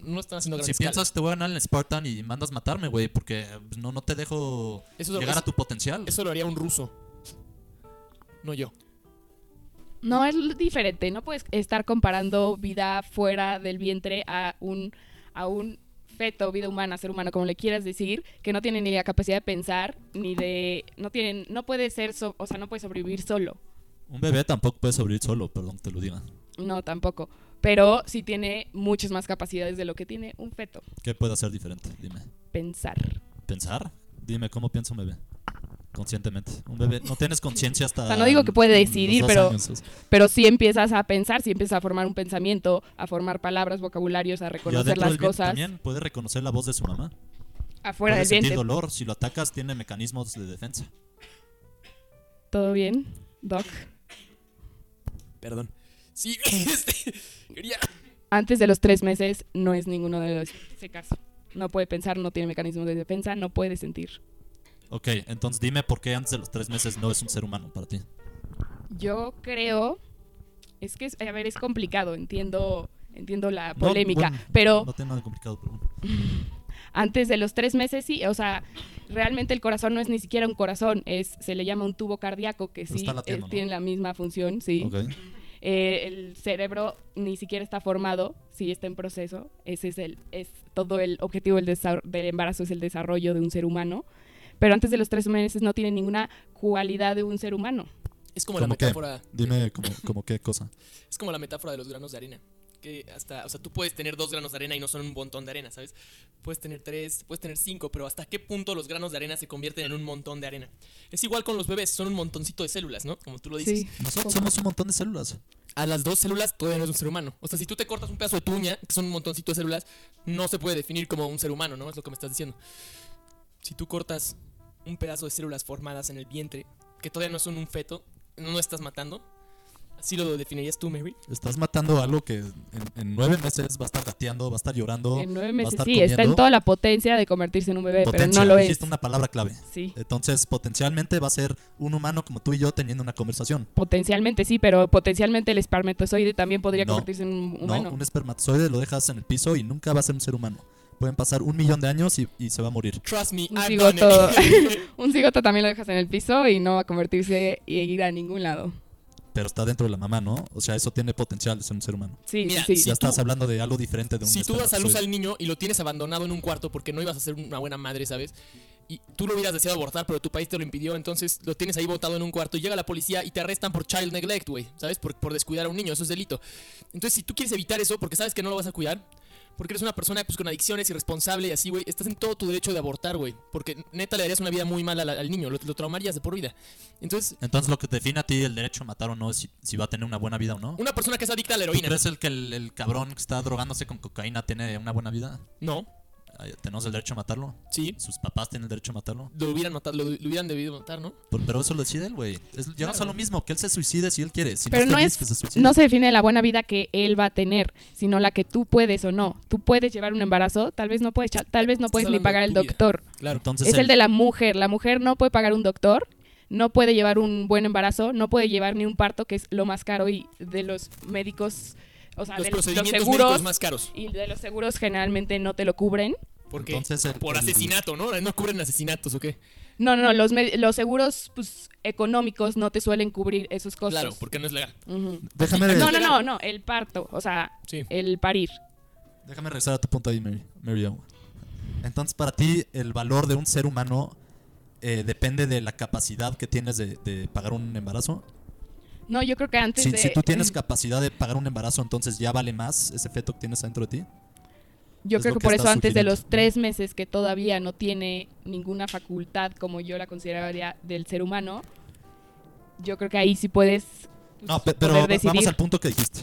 B: No lo están haciendo a gran
D: Si
B: escala.
D: piensas que te voy a ganar en el Spartan y mandas matarme, güey, porque pues, no, no te dejo
B: Eso es-
D: llegar
B: eso-
D: a tu potencial.
B: Eso lo haría un ruso. No yo.
C: No, es diferente. No puedes estar comparando vida fuera del vientre a un, a un feto, vida humana, ser humano, como le quieras decir, que no tiene ni la capacidad de pensar, ni de... No tienen... No puede ser... so- o sea, no puede sobrevivir solo.
D: Un bebé tampoco puede sobrevivir solo, perdón que te lo diga.
C: No, tampoco. Pero sí tiene muchas más capacidades de lo que tiene un feto.
D: ¿Qué puede hacer diferente? Dime.
C: Pensar.
D: ¿Pensar? Dime, ¿cómo piensa un bebé? Conscientemente. Un bebé no tienes conciencia hasta.
C: O sea, no digo que puede
D: los
C: decidir,
D: dos
C: pero-
D: años. Es-
C: Pero si empiezas a pensar, si empiezas a formar un pensamiento, a formar palabras, vocabularios, a
D: y adentro
C: reconocer las
D: del vientre
C: cosas
D: También puede reconocer la voz de su mamá.
C: afuera
D: puede
C: del
D: sentir
C: vientre.
D: dolor. Si lo atacas, tiene mecanismos de defensa.
C: ¿Todo bien, Doc?
B: Perdón. Sí, este, quería.
C: Antes de los tres meses no es ninguno de los ese caso. No puede pensar, no tiene mecanismo de defensa, no puede sentir.
D: Ok, entonces dime por qué antes de los tres meses no es un ser humano para ti.
C: Yo creo es que es- a ver es complicado, entiendo entiendo la
D: No,
C: polémica,
D: bueno,
C: pero
D: No tiene nada complicado, pero bueno.
C: antes de los tres meses sí, o sea, realmente el corazón no es ni siquiera un corazón, es se le llama un tubo cardíaco que
D: Pero
C: sí
D: está latiendo,
C: eh,
D: ¿no?
C: tiene la misma función, sí.
D: Ok.
C: Eh, el cerebro ni siquiera está formado, si está en proceso. Ese es el, es todo el objetivo del, desa- del embarazo, es el desarrollo de un ser humano. Pero antes de los tres meses no tiene ninguna cualidad de un ser humano.
B: Es como la
D: ¿Cómo qué?
B: metáfora.
D: Dime como, como qué cosa.
B: Es como la metáfora de los granos de arena. Que hasta, o sea, tú puedes tener dos granos de arena y no son un montón de arena, ¿sabes? Puedes tener tres, puedes tener cinco, pero ¿hasta qué punto los granos de arena se convierten en un montón de arena? Es igual con los bebés, son un montoncito de células, ¿no? Como tú lo dices.
C: Sí.
D: Nosotros somos un montón de células.
B: A las dos células todavía no es un ser humano. O sea, si tú te cortas un pedazo de tuña, que son un montoncito de células, no se puede definir como un ser humano, ¿no? Es lo que me estás diciendo. Si tú cortas un pedazo de células formadas en el vientre, que todavía no son un feto, no lo estás matando. Así lo definirías tú, Mary.
D: Estás matando algo que en, en nueve meses va a estar gateando, va a estar llorando.
C: en nueve
D: va a
C: meses
D: estar
C: sí, está en
D: comiendo.
C: toda la potencia de convertirse en un bebé,
D: Potencia,
C: pero no lo es.
D: dijiste una palabra clave.
C: Sí,
D: Entonces, potencialmente va a ser un humano como tú y yo teniendo una conversación.
C: potencialmente sí, pero potencialmente el espermatozoide también podría
D: No,
C: convertirse en un humano.
D: No, un espermatozoide lo dejas en el piso y nunca va a ser un ser humano. Pueden pasar un millón de años y, y se va a morir.
B: Trust me,
C: Un
B: I've done
C: cigoto,
B: it.
C: un cigoto también lo dejas en el piso y no va a convertirse y ir a ningún lado.
D: Pero está dentro de la mamá, ¿no? O sea, eso tiene potencial de ser un ser humano.
C: Sí,
B: Mira,
C: sí,
B: Si
C: sí.
D: ya
B: tú-
D: estás hablando de algo diferente de un
B: si tú das a luz
D: espermatozoide.
B: al niño y lo tienes abandonado en un cuarto porque no ibas a ser una buena madre, ¿sabes? Y tú lo hubieras deseado abortar, pero tu país te lo impidió, entonces lo tienes ahí botado en un cuarto y llega la policía y te arrestan por child neglect, güey, ¿sabes? Por, por descuidar a un niño, eso es delito. Entonces, si tú quieres evitar eso porque sabes que no lo vas a cuidar, porque eres una persona pues, con adicciones, irresponsable y así, güey, estás en todo tu derecho de abortar, güey, porque neta le darías una vida muy mala al, al niño, lo, lo traumarías de por vida. Entonces,
D: Entonces, lo que te define a ti el derecho a matar o no es si, si va a tener una buena vida o no.
B: una persona que es adicta a la
D: ¿Tú
B: heroína,
D: crees el que el, el cabrón que está drogándose con cocaína tiene una buena vida?
B: no,
D: Ay, ¿Tenemos el derecho a matarlo?
B: sí,
D: ¿Sus papás tienen el derecho a matarlo?
B: lo hubieran matado, lo, lo hubieran debido matar, ¿no?
D: Por- pero eso lo decide él, güey. Es- Llegamos a lo mismo, que él se suicide si él quiere. Si
C: Pero
D: no,
C: no
D: feliz,
C: es-
D: que se suicide.
C: no se define la buena vida que él va a tener, sino la que tú puedes o no. Tú puedes llevar un embarazo, tal vez no puedes, cha- tal vez no
B: Estás
C: puedes ni
B: hablando de
C: pagar el
B: tu vida.
C: doctor.
B: Claro.
D: Entonces
C: Es el
D: él-
C: de la mujer. La mujer no puede pagar un doctor, no puede llevar un buen embarazo, no puede llevar ni un parto, que es lo más caro y de los médicos, o sea,
B: Los
C: Ah, de los- los
B: procedimientos médicos
C: seguros
B: más caros.
C: y de los seguros generalmente no te lo cubren.
B: Porque
D: Entonces, el-
B: por
D: el-
B: asesinato, ¿no? No cubren asesinatos, ¿o qué?
C: No, no, los, me- los seguros pues, económicos no te suelen cubrir esos costos.
B: Claro, porque no es legal.
C: Ujú.
D: Déjame,
B: Aquí-
C: No,
D: re-
C: no, no, no, el parto, o sea,
B: Sí.
C: el parir.
D: déjame regresar a tu punto ahí, Mary, Mary Jo. Entonces, para ti, el valor de un ser humano eh, depende de la capacidad que tienes de, de pagar un embarazo.
C: No, yo creo que antes
D: Si,
C: de...
D: si tú tienes capacidad de pagar un embarazo, entonces ya vale más ese feto que tienes dentro de ti.
C: Yo
D: Es
C: creo
D: lo
C: que
D: que
C: por eso
D: estás
C: antes de
D: sugiriendo.
C: los tres meses que todavía no tiene ninguna facultad como yo la consideraría del ser humano, yo creo que ahí sí puedes pues,
D: No, pe- pero
C: poder
D: va- vamos
C: decidir.
D: al punto que dijiste.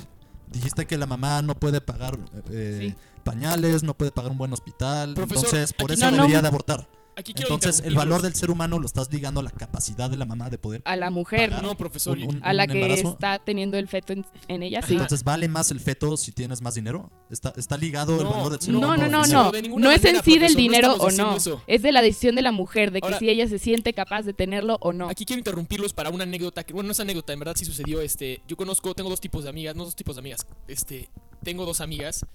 D: Dijiste que la mamá no puede pagar eh,
C: Sí.
D: pañales, no puede pagar un buen hospital,
B: Profesor,
D: entonces por
B: aquí-
D: eso
C: No, no.
D: debería de abortar.
B: Aquí quiero
D: Entonces el valor del ser humano lo estás ligando a la capacidad de la mamá de poder
C: a la mujer,
D: pagar
B: No, profesor,
D: un- un-
C: a la
D: un
C: que
D: embarazo.
C: está teniendo el feto en, en ella, sí.
D: Entonces vale más el feto si tienes más dinero. Está, está ligado el
B: No,
D: valor del ser
C: No,
D: humano.
C: no, no,
D: Sí.
C: no.
B: de ninguna
C: No es en
B: manera,
C: sí del
B: profesor, no
C: dinero
B: estamos
C: o no.
B: diciendo eso.
C: Es de la decisión de la mujer, de que
B: Ahora-
C: si ella se siente capaz de tenerlo o no.
B: Aquí quiero interrumpirlos para una anécdota que, bueno, no es anécdota, en verdad sí sucedió. Este, yo conozco, tengo dos tipos de amigas, no dos tipos de amigas. Este, tengo dos amigas.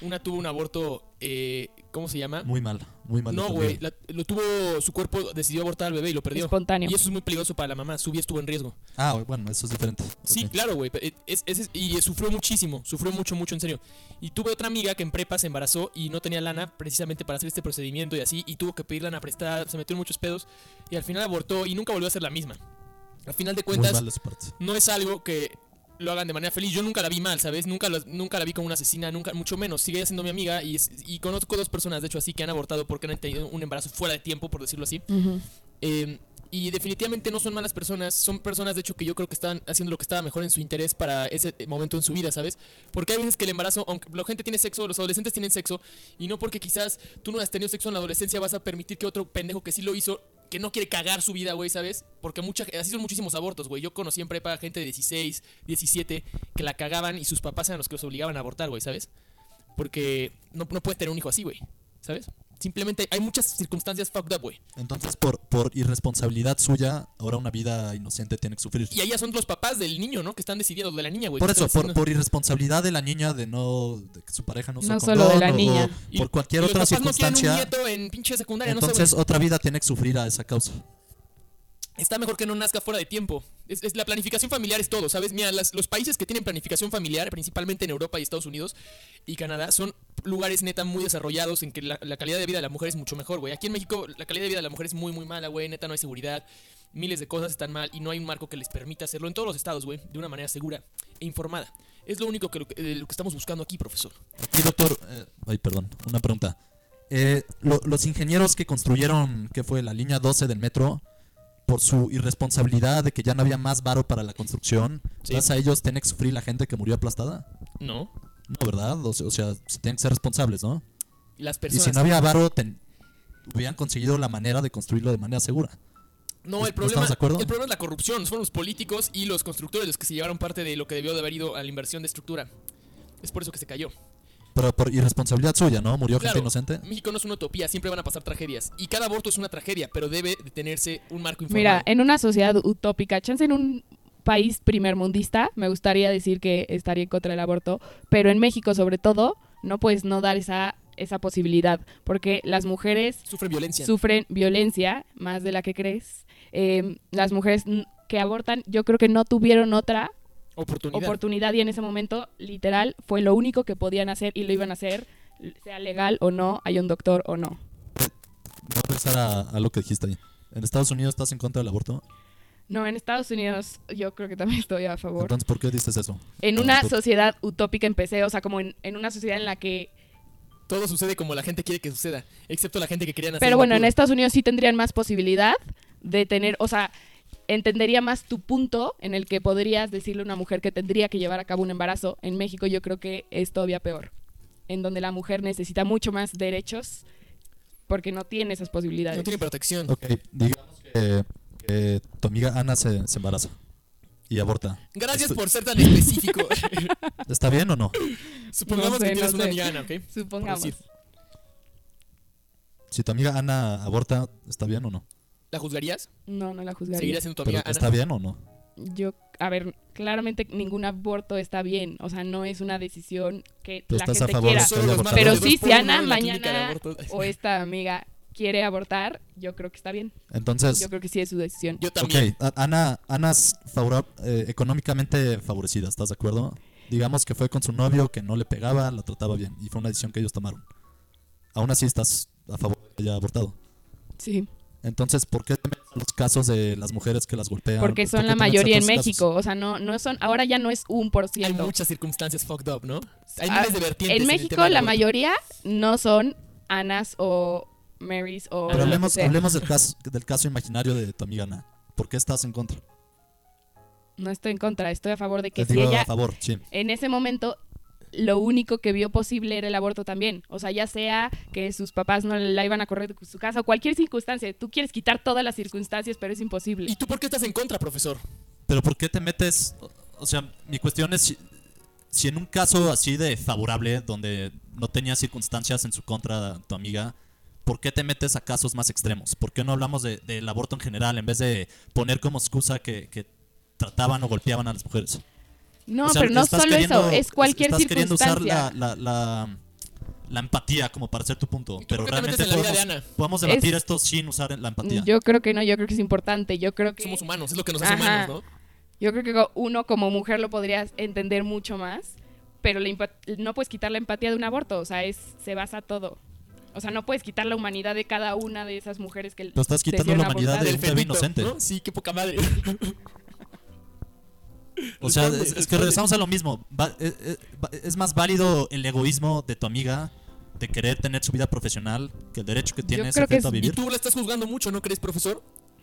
B: Una tuvo un aborto, eh, ¿cómo se llama?
D: Muy mal, muy mal.
B: no,
D: defendido.
B: güey, la- lo tuvo, su cuerpo decidió abortar al bebé y lo perdió.
C: Espontáneo.
B: Y eso es muy peligroso para la mamá, su vida estuvo en riesgo.
D: Ah, bueno, eso es diferente.
B: Sí,
D: Ok.
B: claro, güey. pero es- es- es- y sufrió muchísimo, sufrió mucho, mucho, en serio. Y tuve otra amiga que en prepa se embarazó y no tenía lana precisamente para hacer este procedimiento y así, y tuvo que pedir lana prestada, se metió en muchos pedos y al final abortó y nunca volvió a ser la misma. Al final de
D: Muy
B: cuentas,
D: mal de su parte.
B: no es algo que lo hagan de manera feliz. Yo nunca la vi mal, ¿sabes? Nunca, las- nunca la vi como una asesina, nunca, mucho menos. Sigue siendo mi amiga y, es- y conozco dos personas, de hecho, así que han abortado porque han tenido un embarazo fuera de tiempo, por decirlo así.
C: Ujú.
B: Eh, y definitivamente no son malas personas, son personas de hecho que yo creo que estaban haciendo lo que estaba mejor en su interés para ese eh, momento en su vida, ¿sabes? Porque hay veces que el embarazo, aunque la gente tiene sexo, los adolescentes tienen sexo, y no porque quizás tú no has tenido sexo en la adolescencia vas a permitir que otro pendejo que sí lo hizo, que no quiere cagar su vida, güey, ¿sabes? Porque mucha, así son muchísimos abortos, güey. Yo conocí en prepa gente de 16, 17, que la cagaban y sus papás eran los que los obligaban a abortar, güey, ¿sabes? Porque no, no puedes tener un hijo así, güey, ¿sabes? Simplemente hay muchas circunstancias fucked up, güey.
D: Entonces, por, por irresponsabilidad suya, ahora una vida inocente tiene que sufrir.
B: Y allá son los papás del niño, ¿no? Que están decidiendo, de la niña, güey.
D: Por
B: que
D: eso,
B: están
D: por,
B: diciendo-
D: por irresponsabilidad de la niña de no de que su pareja no, usó
C: No solo de
D: condón
C: la
D: o-
C: niña.
D: o
B: Y-
D: por cualquier
B: y los
D: otra
B: papás
D: circunstancia.
B: No quieren un nieto en pinche secundaria,
D: entonces
B: no sé,
D: otra vida tiene que sufrir a esa causa.
B: güey. Está mejor que no nazca fuera de tiempo. Es, es- la planificación familiar es todo, ¿sabes? Mira, las- los países que tienen planificación familiar, principalmente en Europa y Estados Unidos y Canadá, son lugares neta muy desarrollados en que la, la calidad de vida de la mujer es mucho mejor, güey. Aquí en México la calidad de vida de la mujer es muy, muy mala, güey. Neta no hay seguridad, miles de cosas están mal y no hay un marco que les permita hacerlo en todos los estados, güey, de una manera segura e informada. Es lo único que, lo que- eh, lo que estamos buscando aquí, profesor.
D: Y doctor, eh, ay, perdón, una pregunta. Eh, lo- los ingenieros que construyeron, que fue la línea 12 del metro, por su irresponsabilidad de que ya no había más varo para la construcción,
B: Sí.
D: gracias a ellos tiene que sufrir la gente que murió aplastada.
B: No.
D: No, ¿verdad? O, se- o sea, se tienen que ser responsables, ¿no?
B: Las
D: Y
B: personas.
D: si no había varo, ten- hubieran conseguido la manera de construirlo de manera segura.
B: No, el
D: ¿No
B: problema,
D: estamos de acuerdo?
B: el problema es la corrupción. Fueron los políticos y los constructores los que se llevaron parte de lo que debió de haber ido a la inversión de estructura. Es por eso que se cayó.
D: Pero por irresponsabilidad suya, ¿no? Murió gente
B: Claro,
D: inocente.
B: México no es una utopía, siempre van a pasar tragedias. Y cada aborto es una tragedia, pero debe de tenerse un marco informal.
C: Mira, en una sociedad utópica, chance en un país primermundista, me gustaría decir que estaría en contra del aborto, pero en México sobre todo, no puedes no dar esa, esa posibilidad, porque las mujeres
B: Sufren violencia.
C: sufren violencia más de la que crees. Eh, las mujeres n- que abortan, yo creo que no tuvieron otra
B: oportunidad.
C: oportunidad y en ese momento, literal, fue lo único que podían hacer y lo iban a hacer, sea legal o no, hay un doctor o no.
D: Voy a regresar a, a lo que dijiste ahí. En Estados Unidos estás en contra del aborto.
C: No, en Estados Unidos yo creo que también estoy a favor.
D: Entonces, ¿por qué dices eso?
C: En una
D: Entonces,
C: sociedad utópica empecé, o sea, como en, en una sociedad en la que...
B: Todo sucede como la gente quiere que suceda, excepto la gente que querían hacer.
C: Pero bueno, en
B: locura.
C: Estados Unidos sí tendrían más posibilidad de tener, o sea, entendería más tu punto en el que podrías decirle a una mujer que tendría que llevar a cabo un embarazo. En México yo creo que es todavía peor, en donde la mujer necesita mucho más derechos porque no tiene esas posibilidades.
B: No tiene protección.
D: Ok, digamos que, que tu amiga Ana se, se embaraza y aborta.
B: Gracias
D: Esto-
B: por ser tan específico.
D: ¿Está bien o no?
B: Supongamos
C: No sé,
B: que tienes
C: no
B: una
C: sé.
B: amiga Ana, ¿ok?
C: Supongamos.
B: Por decir.
D: Si tu amiga Ana aborta, ¿está bien o no?
B: ¿La juzgarías?
C: No, no la juzgaría.
B: ¿Seguirías siendo tu
D: Pero,
B: amiga Ana?
D: ¿Está bien o no?
C: Yo, a ver, claramente ningún aborto está bien, o sea, no es una decisión que
D: Tú
C: la
D: estás a
C: gente
D: favor de
C: quiera.
D: eso.
B: Solo los
D: Pero
B: matan
C: Pero
B: de dos
C: sí,
B: por
C: si
B: uno
C: Ana
B: en la clínica de
C: mañana
B: abortos.
C: o esta amiga quiere abortar, yo creo que está bien.
D: Entonces,
C: Yo creo que sí es su decisión.
B: Yo
D: ok,
B: también.
D: a- Ana, Ana es favora- eh, económicamente favorecida, ¿estás de acuerdo? Digamos que fue con su novio que no le pegaba, la trataba bien y fue una decisión que ellos tomaron. Aún así estás a favor de que haya abortado.
C: Sí,
D: Entonces, ¿por qué te metes a los casos de las mujeres que las golpean?
C: porque
D: ¿Por
C: son
D: qué
C: la
D: te metes a
C: mayoría en
D: otros casos?
C: México, o sea, no no son ahora ya no es un por
B: Hay
C: ciento.
B: muchas circunstancias fucked up, ¿no? Hay
C: Ah,
B: miles de vertientes.
C: En
B: el
C: México
B: tema del
C: la
B: aborto.
C: mayoría no son Anas o Marys o lo
D: Pero
C: que
D: hablemos,
C: sea.
D: hablemos del, caso, del caso imaginario de tu amiga Ana. ¿Por qué estás en contra?
C: No estoy en contra, estoy a favor de
D: Te
C: que si
D: digo
C: ella
D: a favor, sí.
C: en ese momento lo único que vio posible era el aborto también. O sea, ya sea que sus papás no la iban a correr de su casa o cualquier circunstancia. Tú quieres quitar todas las circunstancias, pero es imposible.
B: ¿Y tú por qué estás en contra, profesor?
D: Pero ¿por qué te metes? O- O sea, mi cuestión es si, si en un caso así de favorable, donde no tenía circunstancias en su contra tu amiga, ¿por qué te metes a casos más extremos? ¿Por qué no hablamos de- del aborto en general en vez de poner como excusa que, que trataban o golpeaban a las mujeres?
C: No,
D: O sea,
C: pero no
D: estás
C: solo eso,
D: queriendo-
C: es cualquier
D: estás queriendo
C: circunstancia.
D: usar la, la, la, la empatía como para hacer tu punto.
B: ¿Y tú
D: Pero
B: por qué te
D: realmente
B: metes en la vida
D: podemos,
B: de Ana?
D: podemos debatir
C: Es-
D: esto sin usar la empatía.
C: Yo creo que no, yo creo que es importante. Yo creo que
B: Somos humanos, es lo que nos hace
C: Ajá.
B: humanos, ¿no?
C: Yo creo que co- uno como mujer lo podrías entender mucho más, pero la empa- no puedes quitar la empatía de un aborto, o sea, es, se basa todo. O sea, no puedes quitar la humanidad de cada una de esas mujeres que...
D: Tú estás quitando la
C: Decidieron
D: humanidad
C: abortar.
D: de un bebé
B: fenito,
D: inocente.
B: ¿no? Sí, qué poca madre.
D: O sea,
B: Responde,
D: es, es que
B: responde.
D: regresamos a lo mismo. Va- eh, eh, va- es más válido el egoísmo de tu amiga de querer tener su vida profesional que el derecho que tiene ese
C: creo que
D: feto a
C: es-
B: Y
D: vivir.
B: tú la estás juzgando mucho, ¿no crees, profesor?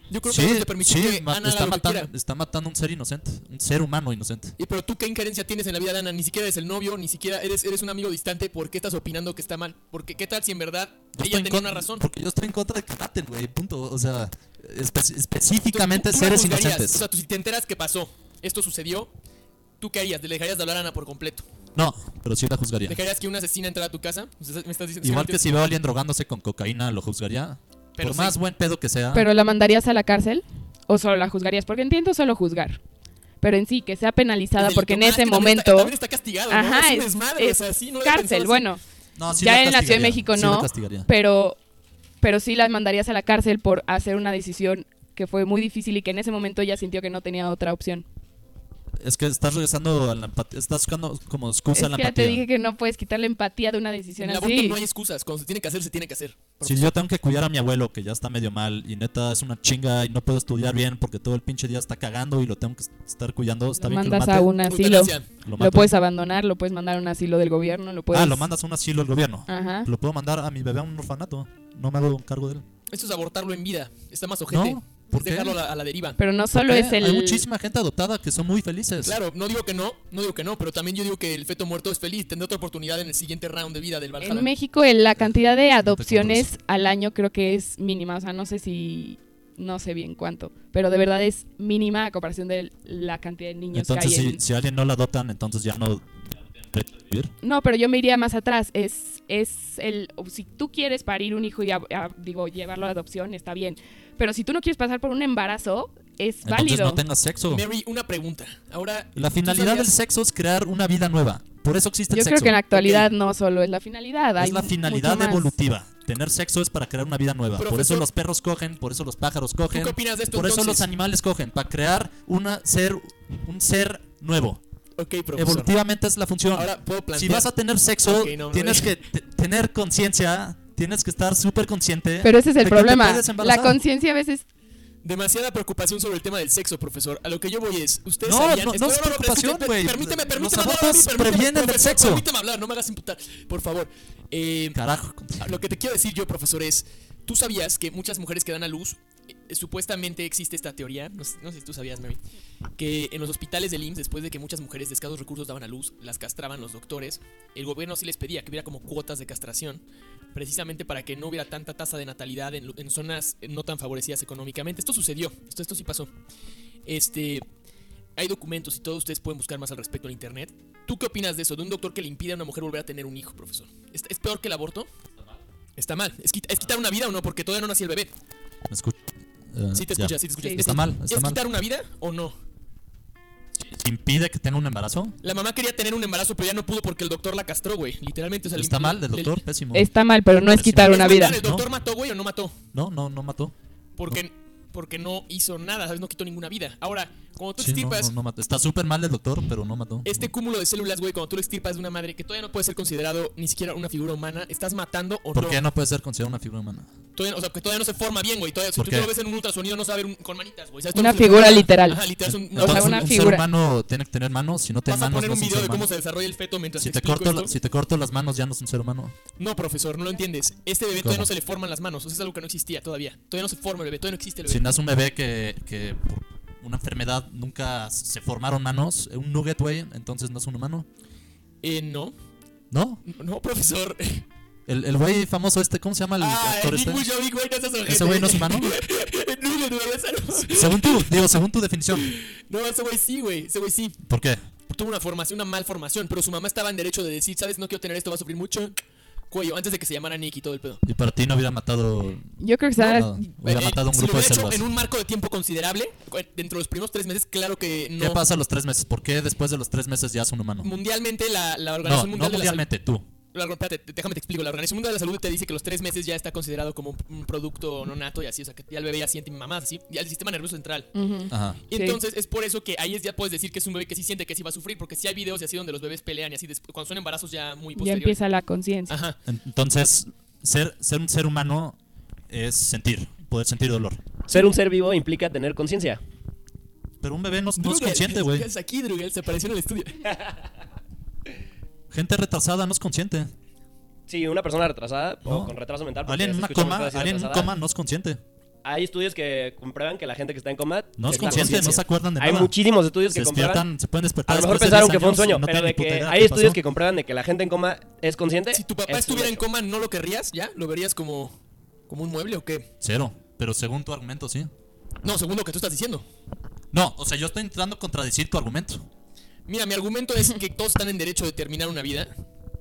B: Yo creo que
D: Sí,
B: no te permitir
D: sí,
B: que
D: ma-
B: Ana haga
D: está,
B: lo que quiera.
D: matando, está matando un ser inocente, un ser humano inocente.
B: Y pero tú qué injerencia tienes en la vida de Ana, ni siquiera eres el novio, ni siquiera eres, eres un amigo distante, ¿por qué estás opinando que está mal? Porque qué tal si en verdad
D: Yo
B: ella
D: estoy en
B: tenía
D: contra-
B: una razón.
D: Porque yo estoy en contra de que maten, güey, punto. O sea, espe- específicamente
B: Tú la
D: seres
B: juzgarías,
D: inocentes.
B: O sea, tú si te enteras que pasó, esto sucedió, ¿tú qué harías? ¿Le dejarías de hablar a Ana por completo?
D: No, pero sí la juzgaría.
B: ¿Dejarías que una asesina entrara a tu casa? O sea, ¿Me estás diciendo
D: Igual que
B: ¿me
D: si veo a alguien drogándose con cocaína, lo juzgaría.
B: Pero
D: Por
B: sí.
D: más buen pedo que sea.
C: ¿Pero la mandarías a la cárcel o solo la juzgarías? Porque entiendo solo juzgar, pero en sí, que sea penalizada
B: entiendes?
C: porque en
B: Ah,
C: ese
B: que también está-
C: momento...
B: también está castigado, ¿no?
C: Ajá,
B: es un
C: es-
B: desmadre,
C: es
B: o sea, sí, no lo había pensado
C: cárcel,
B: así.
C: bueno,
D: No, sí
C: ya
D: la
C: en la Ciudad de
D: castigaría,
C: México
D: sí la
C: no,
D: castigaría.
C: pero, pero sí la mandarías a la cárcel por hacer una decisión que fue muy difícil y que en ese momento ella sintió que no tenía otra opción.
D: Es que estás regresando a la empatía. Estás buscando como excusa
C: es
D: la
C: que ya
D: empatía.
C: te dije que no puedes quitar la empatía de una
B: En
C: decisión
B: el aborto
C: así.
B: no hay excusas, cuando se tiene que hacer, se tiene que hacer.
D: Si yo tengo que cuidar a mi abuelo, que ya está medio mal, y neta es una chinga y no puedo estudiar bien porque todo el pinche día está cagando y lo tengo que estar cuidando, está
C: Lo
D: bien que
C: mandas
D: lo
C: a
D: mate?
C: un asilo.
B: Eutanasia.
D: Lo,
C: Lo
D: mato.
C: puedes abandonar, lo puedes mandar a un asilo del gobierno, lo puedes...
D: Ah, lo mandas a un asilo del gobierno.
C: Ajá.
D: Lo puedo mandar a mi bebé a un orfanato. No me hago cargo de él.
B: Esto es abortarlo en vida. Está más ojete.
D: No, ¿por
B: Es
D: qué?
B: dejarlo a la, a la deriva.
C: Pero no solo
D: ¿Eh?
C: es el...
D: Hay muchísima gente adoptada que son muy felices.
B: Claro, no digo que no, no digo que no, pero también yo digo que el feto muerto es feliz, tendrá otra oportunidad en el siguiente round de vida del Valhalla.
C: En México el- la cantidad de
D: eso.
C: adopciones al año creo que es mínima, o sea, no sé si... No sé bien cuánto, pero de verdad es mínima a comparación de la cantidad de niños
D: Entonces,
C: que hay.
D: si,
C: en-
D: si a alguien no la adoptan, entonces ya no. ya no tienen derecho a vivir.
C: No, pero yo me iría más atrás. Es, es el. o Si tú quieres parir un hijo y ab- ab- digo, llevarlo a adopción, está bien. Pero si tú no quieres pasar por un embarazo, es
D: Entonces
C: válido.
D: no tengas sexo.
B: Mary, una pregunta. Ahora,
D: La
B: ¿tú
D: finalidad del
B: sabías-
D: sexo es crear una vida nueva. Por eso existe
C: Yo
D: el este sexo.
C: creo que en la actualidad no solo es la finalidad. hay
D: es la
C: mu-
D: finalidad
C: mucho más.
D: evolutiva. Tener sexo es para crear una vida nueva. por eso
B: Profesor-
D: los perros cogen, por eso los pájaros
B: ¿tú
D: cogen.
B: qué opinas de esto
D: Por eso los
B: entonces?
D: animales cogen, para crear una ser, un ser nuevo.
B: Ok, profesor.
D: Evolutivamente es la función.
B: Ahora puedo plantear.
D: si vas a tener sexo,
B: Ok, no, no
D: tienes
B: dije.
D: que te- tener conciencia, tienes que estar súper consciente.
C: Pero ese es el
D: de que te
C: problema.
D: puedes embarazar.
C: La conciencia a veces.
B: Demasiada preocupación sobre el tema del sexo, profesor. A lo que yo voy es, ustedes
D: No,
B: sabían...
D: no, no
B: Espera,
D: es
B: espera,
D: preocupación,
B: escuchen, per-
D: güey.
B: Permíteme,
D: Los
B: permíteme hablar a mí,
D: abortos
B: permíteme,
D: previenen el
B: profesor,
D: sexo.
B: Permíteme hablar, no me hagas imputar. Por favor. Eh,
D: Carajo.
B: lo que te quiero decir yo, profesor, es... ¿Tú sabías que muchas mujeres que dan a luz... eh, Supuestamente existe esta teoría, no sé, no sé si tú sabías, Mary, que en los hospitales del IMSS, después de que muchas mujeres de escasos recursos daban a luz, las castraban los doctores, el gobierno sí les pedía que hubiera como cuotas de castración, precisamente para que no hubiera tanta tasa de natalidad en, lu- en zonas no tan favorecidas económicamente. Esto sucedió, esto, esto sí pasó. Este, hay documentos y todos ustedes pueden buscar más al respecto en internet. ¿Tú qué opinas de eso? De un doctor que le impide a una mujer volver a tener un hijo, profesor. ¿Es, es peor que el aborto? Está mal. ¿Es, quit- es quitar una vida o no? Porque todavía no nació el bebé.
D: Me escucho. Eh,
B: Sí te
D: ya.
B: escuchas, sí te escuchas.
C: Sí,
B: ¿Es-
D: Está mal,
B: ¿Es
D: está mal.
B: quitar una vida o no?
D: impide que tenga un embarazo?
B: La mamá quería tener un embarazo, pero ya no pudo porque el doctor la castró, güey. Literalmente, o sea, le
D: Pues ¿Está
B: impi-
D: mal del
B: le-
D: doctor? Pésimo.
C: Está mal, pero no es quitar
B: ¿Es
C: una
B: matar?
C: vida.
B: ¿El doctor mató, güey, o no mató?
D: No, no, no mató.
B: Porque, porque no hizo nada, ¿sabes? No quitó ninguna vida. Ahora, cuando tú
D: Sí, no,
B: extirpas
D: no, no mató. Está súper mal del doctor, pero no mató.
B: Pues este cúmulo de células, güey, cuando tú lo extirpas de una madre que todavía no puede ser considerado ni siquiera una figura humana, ¿estás matando o
D: ¿Por
B: no?
D: qué no puede ser considerado una figura humana?
B: Todavía- o sea, que todavía no se forma bien, güey. Todavía, si
D: ¿Por
B: tú
D: qué?
B: lo ves en un ultrasonido, no sabe ver un- con manitas, güey. O sea, esto
C: Una
B: no se-
C: figura literal.
B: Ajá, literal. Es un, no,
D: Entonces,
C: sea,
B: vas,
C: una
D: un
C: figura.
D: ser humano tiene que tener manos. Si no tiene
B: vas a
D: manos,
B: poner
D: no es
B: un
D: un
B: video
D: ser
B: de cómo
D: humano.
B: se desarrolla el feto mientras
D: Si
B: te
D: te,
B: explico
D: corto la-
B: esto.
D: si te corto las manos, ya no es un ser humano.
B: No, profesor, no lo entiendes. Este bebé
D: ¿Cómo?
B: todavía no se le forman las manos. O sea, es algo que no existía todavía. Todavía no se forma el bebé, todavía no existe el bebé.
D: Si nace un bebé que, que por una enfermedad nunca se formaron manos, un nugget, güey, entonces no es un humano.
B: Eh, no,
D: ¿No?
B: no, profesor.
D: Ah, El el güey famoso este, ¿cómo se llama el
B: Ah,
D: actor
B: Nick
D: este?
B: Bujovic, güey, no seas ojete.
D: ¿Ese güey no es humano?
B: No, no, no, ese no.
D: Según tú, digo, según tu definición.
B: No, ese güey sí, güey. Ese güey sí.
D: ¿Por qué?
B: Tuvo una formación, una malformación, pero su mamá estaba en derecho de decir, ¿sabes? No quiero tener esto, va a sufrir mucho. Cuello, antes de que se llamara Nick y todo el pedo.
D: Y para ti no hubiera matado.
C: Yo creo que está-
D: nada. Hubiera
B: Eh,
D: matado a un
B: si
D: grupo
B: lo
D: de
B: hubiera hecho
D: selvas.
B: en un marco de tiempo considerable, cu- dentro de los primeros tres meses, claro que no.
D: ¿Qué pasa a los tres meses? ¿Por qué después de los tres meses ya es un humano?
B: Mundialmente, la, la
D: No,
B: Organización
D: no
B: Mundial de la Salud.
D: mundialmente, tú.
B: La- espérate, te- déjame te explico. La Organización Mundial de la Salud te dice que los tres meses ya está considerado como un- un producto no nato y así, o sea, que ya el bebé ya siente mamás, así, ya el sistema nervioso central.
D: Ah,
C: Ujú.
D: Ajá.
B: Y
C: Sí.
B: entonces es por eso que ahí es- ya puedes decir que es un bebé que sí siente que sí va a sufrir, porque sí hay videos y así donde los bebés pelean y así, después, cuando son embarazos ya muy
C: Ya
B: posteriores.
C: empieza la conciencia.
B: Ajá.
D: En- Entonces, ser, ser un ser humano es sentir, poder sentir dolor.
E: Ser un ser vivo implica tener conciencia.
D: Pero un bebé no, no es
B: Drugel,
D: consciente, güey.
B: ¿qué haces aquí, Drugel? Se apareció en el estudio.
C: Eh,
D: Gente retrasada no es consciente.
E: Sí, una persona retrasada
D: No.
E: o con retraso
B: Ah,
E: mental. porque
D: Alguien en
E: se
D: una
E: escucha
D: coma,
E: mucho decir
D: alguien en un
E: retrasada.
D: coma no es consciente.
E: Hay estudios que comprueban que la gente que está en coma
D: No es
E: está
D: consciente, no se
E: consciente.
D: acuerdan de
E: Hay
D: nada.
E: muchísimos estudios
D: Se
E: que comprueban.
D: despiertan, se pueden
E: A
D: despertar.
E: lo mejor
D: después de
E: pensaron
D: 10
E: que fue
D: años
E: un
D: y
E: sueño,
D: no
E: pero
D: tienen
E: de
D: ni puta
E: que
D: idea
E: hay
D: qué
E: estudios
D: pasó.
E: que comprueban de que la gente en coma es consciente.
B: Si tu papá
E: es un
B: estuviera en
E: hecho.
B: coma, ¿no lo querrías ya? ¿Lo verías como, como un mueble o qué?
D: Cero. Pero según tu argumento, sí.
B: No, según lo que tú estás diciendo.
D: No, o sea, yo estoy intentando contradecir tu argumento.
B: Mira, mi argumento es que todos están en derecho de terminar una vida.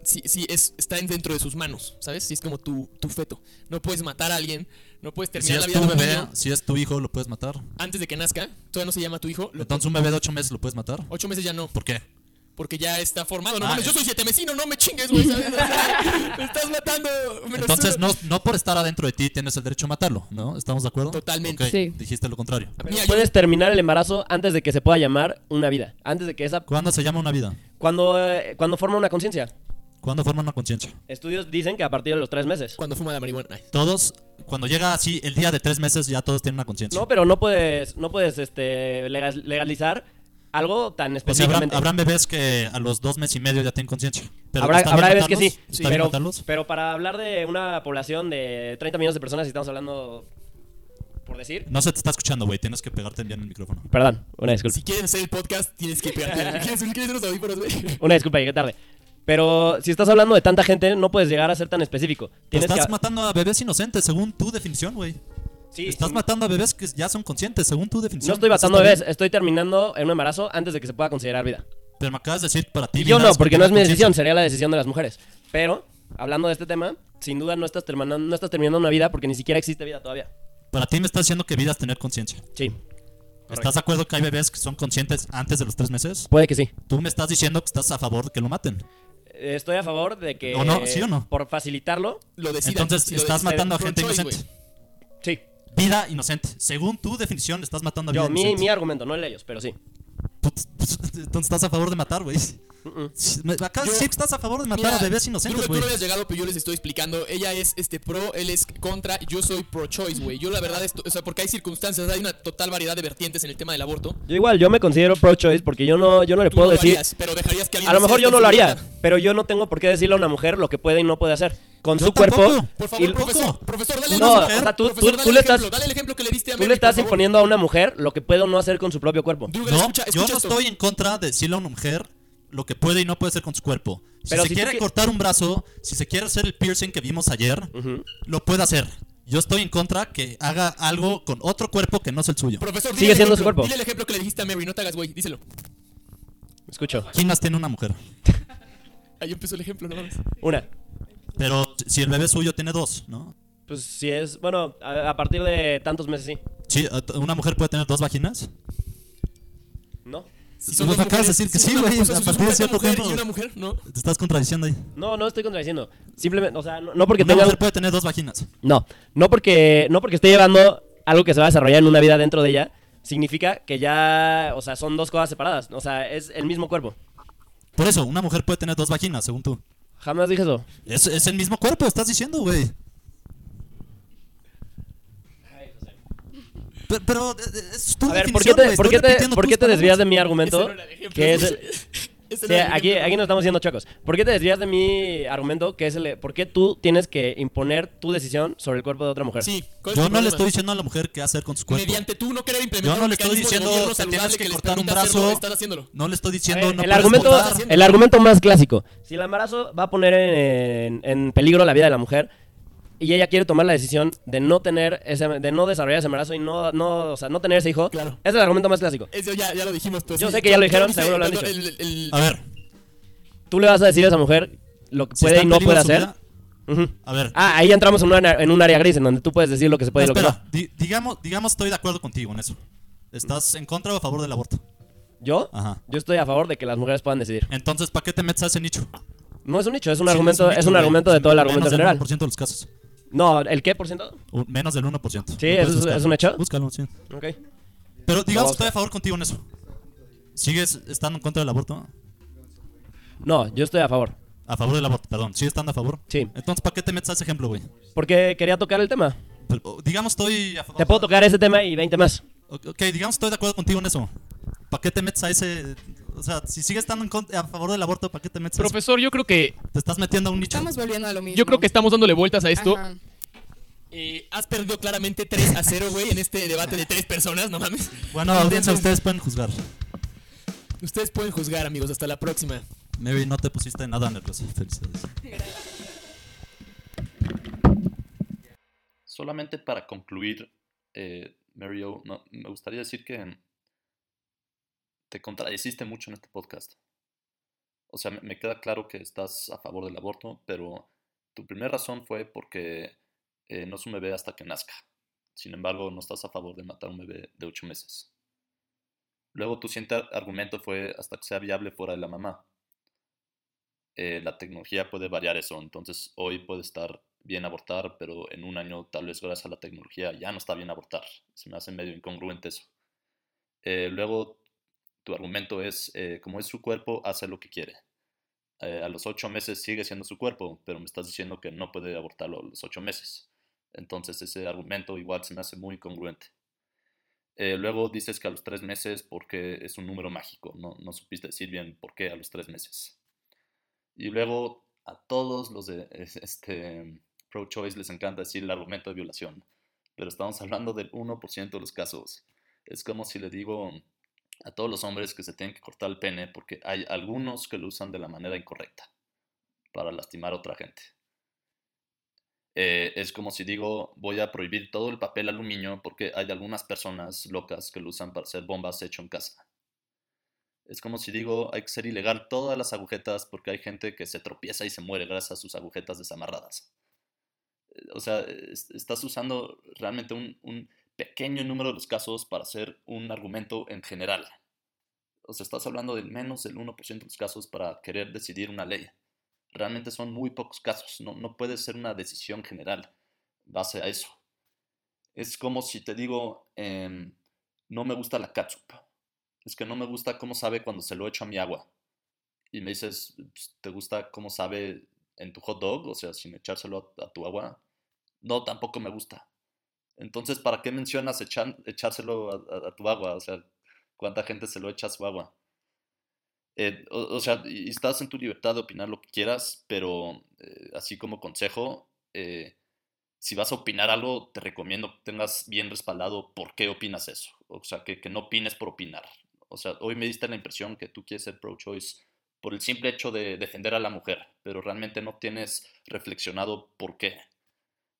B: Si, si es, está en- dentro de sus manos, ¿sabes? Si es como tu, tu feto. No puedes matar a alguien, no puedes
D: Si
B: terminar la
D: es tu
B: vida de un
D: bebé,
B: niño
D: si es tu hijo, lo puedes matar.
B: antes de que nazca. Todavía no se llama tu hijo. Lo-
D: Entonces, un bebé de 8 meses lo puedes matar.
B: ocho meses ya no,
D: ¿Por qué?
B: porque ya está formado. No
D: Ah,
B: mames, yo
D: es-
B: soy siete mesino, no me chingues, güey. ¿sabes? O sea, me estás matando. menos
D: Entonces,
B: uno.
D: no, no por estar adentro de ti tienes el derecho a matarlo, ¿no? ¿Estamos de acuerdo?
B: Totalmente.
D: Ok,
C: Sí.
D: Dijiste lo contrario.
E: Pero
B: Mira, yo-
E: puedes terminar el embarazo antes de que se pueda llamar una vida. Antes de que esa.
D: ¿Cuándo se llama una vida?
E: Cuando, eh, cuando forma una conciencia.
D: ¿Cuándo forma una conciencia?
E: Estudios dicen que a partir de los tres meses.
B: Cuando fuma la marihuana. Ay.
D: Todos, cuando llega así el día de tres meses, ya todos tienen una conciencia.
E: No, pero no puedes, no puedes este, legas- legalizar algo tan
D: o sea, habrán,
E: específicamente.
D: habrán bebés que a los dos meses y medio ya tienen conciencia. Pero
E: habrá
D: ¿está
E: habrá
D: bien
E: bebés que sí,
D: matarlos? ¿Está
E: sí,
D: bien
E: pero,
D: matarlos?
E: pero para hablar de una población de 30 millones de personas, si estamos hablando, por decir...
D: No se te está escuchando, güey. Tienes que pegarte bien el micrófono.
E: Perdón, una disculpa.
B: Si quieres hacer el podcast, tienes que pegarte. ¿Quieres, quieres unos audífonos, güey?
E: Una disculpa, llegué tarde. Pero si estás hablando de tanta gente, no puedes llegar a ser tan específico.
D: Pero
E: Tienes
D: estás
E: que...
D: matando a bebés inocentes, según tu definición, güey.
E: Sí,
D: estás
E: sí.
D: matando a bebés que ya son conscientes, según tu definición.
E: No estoy
D: Eso
E: matando
D: está
E: bebés,
D: bien.
E: estoy terminando en un embarazo antes de que se pueda considerar vida.
D: Pero me acabas de decir para ti.
E: Y yo
D: Linares,
E: no,
D: que
E: porque
D: tiene
E: no es mi
D: conciencia.
E: decisión, sería la decisión de las mujeres. Pero, hablando de este tema, sin duda no estás terminando, no estás terminando una vida porque ni siquiera existe vida todavía.
D: Para ti me estás diciendo que vida es tener conciencia.
E: Sí,
D: ¿Estás de acuerdo que hay bebés que son conscientes antes de los tres meses?
E: puede que sí.
D: Tú me estás diciendo que estás a favor de que lo maten.
E: Estoy a favor de que.
D: ¿O no? ¿Sí o no?
E: Por facilitarlo,
B: Lo decidan.
D: Entonces
B: si lo
D: estás
B: decidan.
D: matando a
B: Pro
D: gente
B: choice,
D: inocente.
B: güey.
E: sí.
D: Vida inocente. Según tu definición, estás matando a vida
E: Yo, mi,
D: inocente.
E: mi argumento, no el de ellos, pero sí.
D: Put- put- Entonces estás a favor de matar, güey. Me Acabas
B: Yo-
D: de decir que estás a favor de matar
B: Mira,
D: a bebés
B: yo
D: inocentes,
B: creo que tú
D: güey.
B: no habías llegado, pero yo les estoy explicando. Ella es este pro, él es contra, yo soy pro-choice, güey. Yo la verdad, esto, o sea, porque hay circunstancias, hay una total variedad de vertientes en el tema del aborto.
E: Yo igual, yo me considero pro-choice porque yo no, yo no le
B: Tú
E: puedo
B: no lo
E: decir.
B: harías, pero dejarías que alguien
E: A lo mejor
B: sea
E: yo no lo haría,
B: considerada.
E: pero yo no tengo por qué decirle a una mujer lo que puede y no puede hacer. Con
D: Yo
E: su
D: tampoco.
E: cuerpo.
B: Por favor,
E: y-
B: profesor, profesor, dale
E: No,
B: el
E: o sea, tú-
B: profesor,
E: tú-
B: dale
E: tú
B: el
E: le
B: ejemplo,
E: estás-
B: dale el ejemplo que le diste a
E: Tú
B: Mary,
E: le estás
B: por favor.
E: imponiendo a una mujer lo que puede o no hacer con su propio cuerpo.
B: Druga,
D: No,
B: escucha, escucha
D: yo no
B: esto.
D: estoy en contra de decirle a una mujer lo que puede y no puede hacer con su cuerpo. Si
E: Pero
D: se
E: si tú
D: quiere
E: que-
D: cortar un brazo, si se quiere hacer el piercing que vimos ayer, lo puede hacer. Yo estoy en contra que haga algo con otro cuerpo que no es el suyo.
B: Profesor, dile
E: Sigue
B: el
E: siendo su
B: ejemplo,
E: cuerpo.
B: Dile el ejemplo que le dijiste a Mary, no te hagas, güey, díselo.
E: Escucho.
D: ¿Quién más tiene una mujer?
B: Ahí empezó el ejemplo, no mames.
E: Una.
D: Pero si el bebé suyo tiene dos, ¿no?
E: Pues si es. Bueno, a, a partir de tantos meses sí.
D: Sí, ¿Una mujer puede tener dos vaginas?
E: ¿No?
B: Si
D: Nos
B: dos
D: acabas de
B: mujeres-
D: decir que
B: si
D: sí,
B: una-
D: güey,
B: o sea,
D: a
B: si
D: partir de
B: una
D: cierto
B: mujer
D: punto.
B: y una mujer, ¿no?
D: Te estás contradiciendo ahí.
E: No, no estoy contradiciendo. Simplemente, o sea, no, no porque
D: Una
E: tenga.
D: mujer puede tener dos vaginas.
E: No, no porque, no porque esté llevando algo que se va a desarrollar en una vida dentro de ella, significa que ya, o sea, son dos cosas separadas. O sea, es el mismo cuerpo.
D: Por eso, una mujer puede tener dos vaginas, según tú.
E: Jamás dije eso.
D: Es, es el mismo cuerpo, estás diciendo, güey. Pe- Pero, eh, es tu
E: A ver, ¿por qué
D: definición,
E: te,
D: güey,
E: por
D: estoy
E: qué te,
D: repitiendo
E: por
D: tus
E: qué te
D: palabras.
E: desvías de mi argumento?
B: Ese no era el ejemplo.
E: Que es,
B: Ese
E: o
B: no era
E: sea,
B: el
E: aquí,
B: ejemplo.
E: aquí nos estamos yendo chacos. ¿Por qué te desvías de mi argumento? Que es el, ¿Por qué tú tienes que imponer tu decisión sobre el cuerpo de otra mujer?
B: Sí, ¿cuál es
D: Yo
B: tu
D: no le
B: problema?
D: estoy diciendo a la mujer qué hacer con su cuerpo.
B: Mediante tú no querer implementar
D: Yo no
B: un
D: le estoy
B: este mecanismo de gobierno
D: diciendo te
B: saludable
D: tienes que
B: les
D: cortar un
B: permita hacerlo,
D: brazo.
B: estás haciéndolo.
D: No le estoy
E: A
D: diciendo
E: ver,
D: no
E: Eh, el,
D: puedes
E: argumento,
D: cortar.
E: el argumento más clásico. Si el embarazo va a poner en, en peligro la vida de la mujer y ella quiere tomar la decisión de no tener ese, de no desarrollar ese embarazo y no, no, o sea, no tener ese hijo,
B: Claro.
E: es el argumento más clásico.
B: Eso ya, ya lo dijimos. pues,
E: Yo
B: sí.
E: sé que ya lo dijeron,
B: dice,
E: seguro lo han
B: cuando
E: dicho.
B: el- el-
D: A ver,
E: Tú le vas a decir a esa mujer lo que
D: si
E: puede
D: está
E: y
D: en
E: no
D: peligro
E: puede
D: su
E: hacer.
D: vida-
E: Ujú.
D: A ver,
E: Ah, ahí entramos en, una- en un área gris en donde tú puedes decir lo que se puede y lo que no.
D: espera, di- digamos, digamos estoy de acuerdo contigo en eso. ¿Estás en contra o a favor del aborto?
E: ¿Yo?
D: Ajá.
E: Yo estoy a favor de que las mujeres puedan decidir.
D: Entonces, ¿para qué te metes a ese nicho?
E: No es un nicho, es un
D: Sí,
E: argumento, es
D: nicho,
E: un
D: güey.
E: argumento de todo el argumento
D: Menos del
E: general.
D: 1% de los casos.
E: No, ¿el qué por ciento?
D: O Menos del 1%. Lo
E: Sí,
D: puedes
E: eso es-
D: buscar.
E: es un hecho.
D: Búscalo, sí.
E: Ok.
D: Pero digamos
E: a
D: que estoy
E: buscar.
D: a favor contigo en eso. ¿Sigues estando en contra del aborto?
E: No, yo estoy a favor.
D: A favor del aborto, perdón. ¿Sigues estando a favor?
E: Sí.
D: Entonces, ¿para qué te metes a ese ejemplo, güey?
E: Porque quería tocar el tema.
D: Pero, Digamos estoy a favor.
E: Te puedo tocar ese tema y 20 más.
D: Ok, ok, digamos estoy de acuerdo contigo en eso. ¿Para qué te metes a ese...? O sea, si sigues estando en contra- a favor del aborto, ¿para qué te metes a eso?
B: Profesor, yo creo que
D: Te estás metiendo a un nicho.
F: Estamos volviendo a lo mismo.
B: yo creo que estamos dándole vueltas a esto.
F: Ajá.
B: Eh, has perdido claramente 3 a 0, güey, en este debate de tres personas, no mames.
D: Bueno, audiencia,
B: Entonces,
D: ustedes pueden juzgar.
B: Ustedes pueden juzgar, amigos, hasta la próxima.
D: Maybe no te pusiste nada nervioso. Felicidades.
G: Solamente para concluir, eh, Mary O, no, me gustaría decir que te contradeciste mucho en este podcast. O sea, me, me queda claro que estás a favor del aborto, pero tu primera razón fue porque eh, no es un bebé hasta que nazca. Sin embargo, no estás a favor de matar a un bebé de ocho meses. Luego tu siguiente ar- argumento fue hasta que sea viable fuera de la mamá. Eh, la tecnología puede variar eso, entonces hoy puede estar bien abortar, pero en un año tal vez gracias a la tecnología ya no está bien abortar. Se me hace medio incongruente eso. Eh, luego tu argumento es, eh, como es su cuerpo, hace lo que quiere. Eh, a los ocho meses sigue siendo su cuerpo, pero me estás diciendo que no puede abortarlo a los ocho meses. Entonces ese argumento igual se me hace muy incongruente. Eh, luego dices que a los tres meses porque es un número mágico. No, no supiste decir bien por qué a los tres meses. Y luego a todos los de es- este, pro-choice les encanta decir el argumento de violación. Pero estamos hablando del 1% de los casos. Es como si le digo a todos los hombres que se tienen que cortar el pene porque hay algunos que lo usan de la manera incorrecta para lastimar a otra gente. Eh, es como si digo, voy a prohibir todo el papel aluminio porque hay algunas personas locas que lo usan para hacer bombas hecho en casa. Es como si digo, hay que ser ilegal todas las agujetas porque hay gente que se tropieza y se muere gracias a sus agujetas desamarradas. Eh, O sea, es- estás usando realmente un, un pequeño número de los casos para hacer un argumento en general. O sea, estás hablando del menos del 1% de los casos para querer decidir una ley realmente son muy pocos casos. No, no puede ser una decisión general base a eso. Es como si te digo, em, no me gusta la catsup. Es que no me gusta cómo sabe cuando se lo echo a mi agua. Y me dices, "Pues, ¿te gusta cómo sabe en tu hot dog? O sea, sin echárselo a, a tu agua. No, tampoco me gusta. Entonces, ¿para qué mencionas echan- echárselo a- a- a tu agua? O sea, ¿cuánta gente se lo echa a su agua? eh, o, o sea, y- y estás en tu libertad de opinar lo que quieras, pero eh, así como consejo, eh, si vas a opinar algo, te recomiendo que tengas bien respaldado por qué opinas eso. O sea, que, que no opines por opinar. O sea, hoy me diste la impresión que tú quieres ser pro-choice por el simple hecho de defender a la mujer, pero realmente no tienes reflexionado por qué.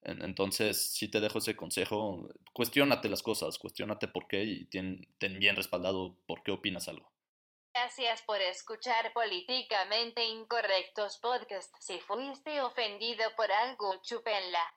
G: En- Entonces, sí te dejo ese consejo, cuestiónate las cosas, cuestiónate por qué y ten- ten bien respaldado por qué opinas algo.
A: Gracias por escuchar Políticamente Incorrectos Podcast. Si fuiste ofendido por algo, chúpenla.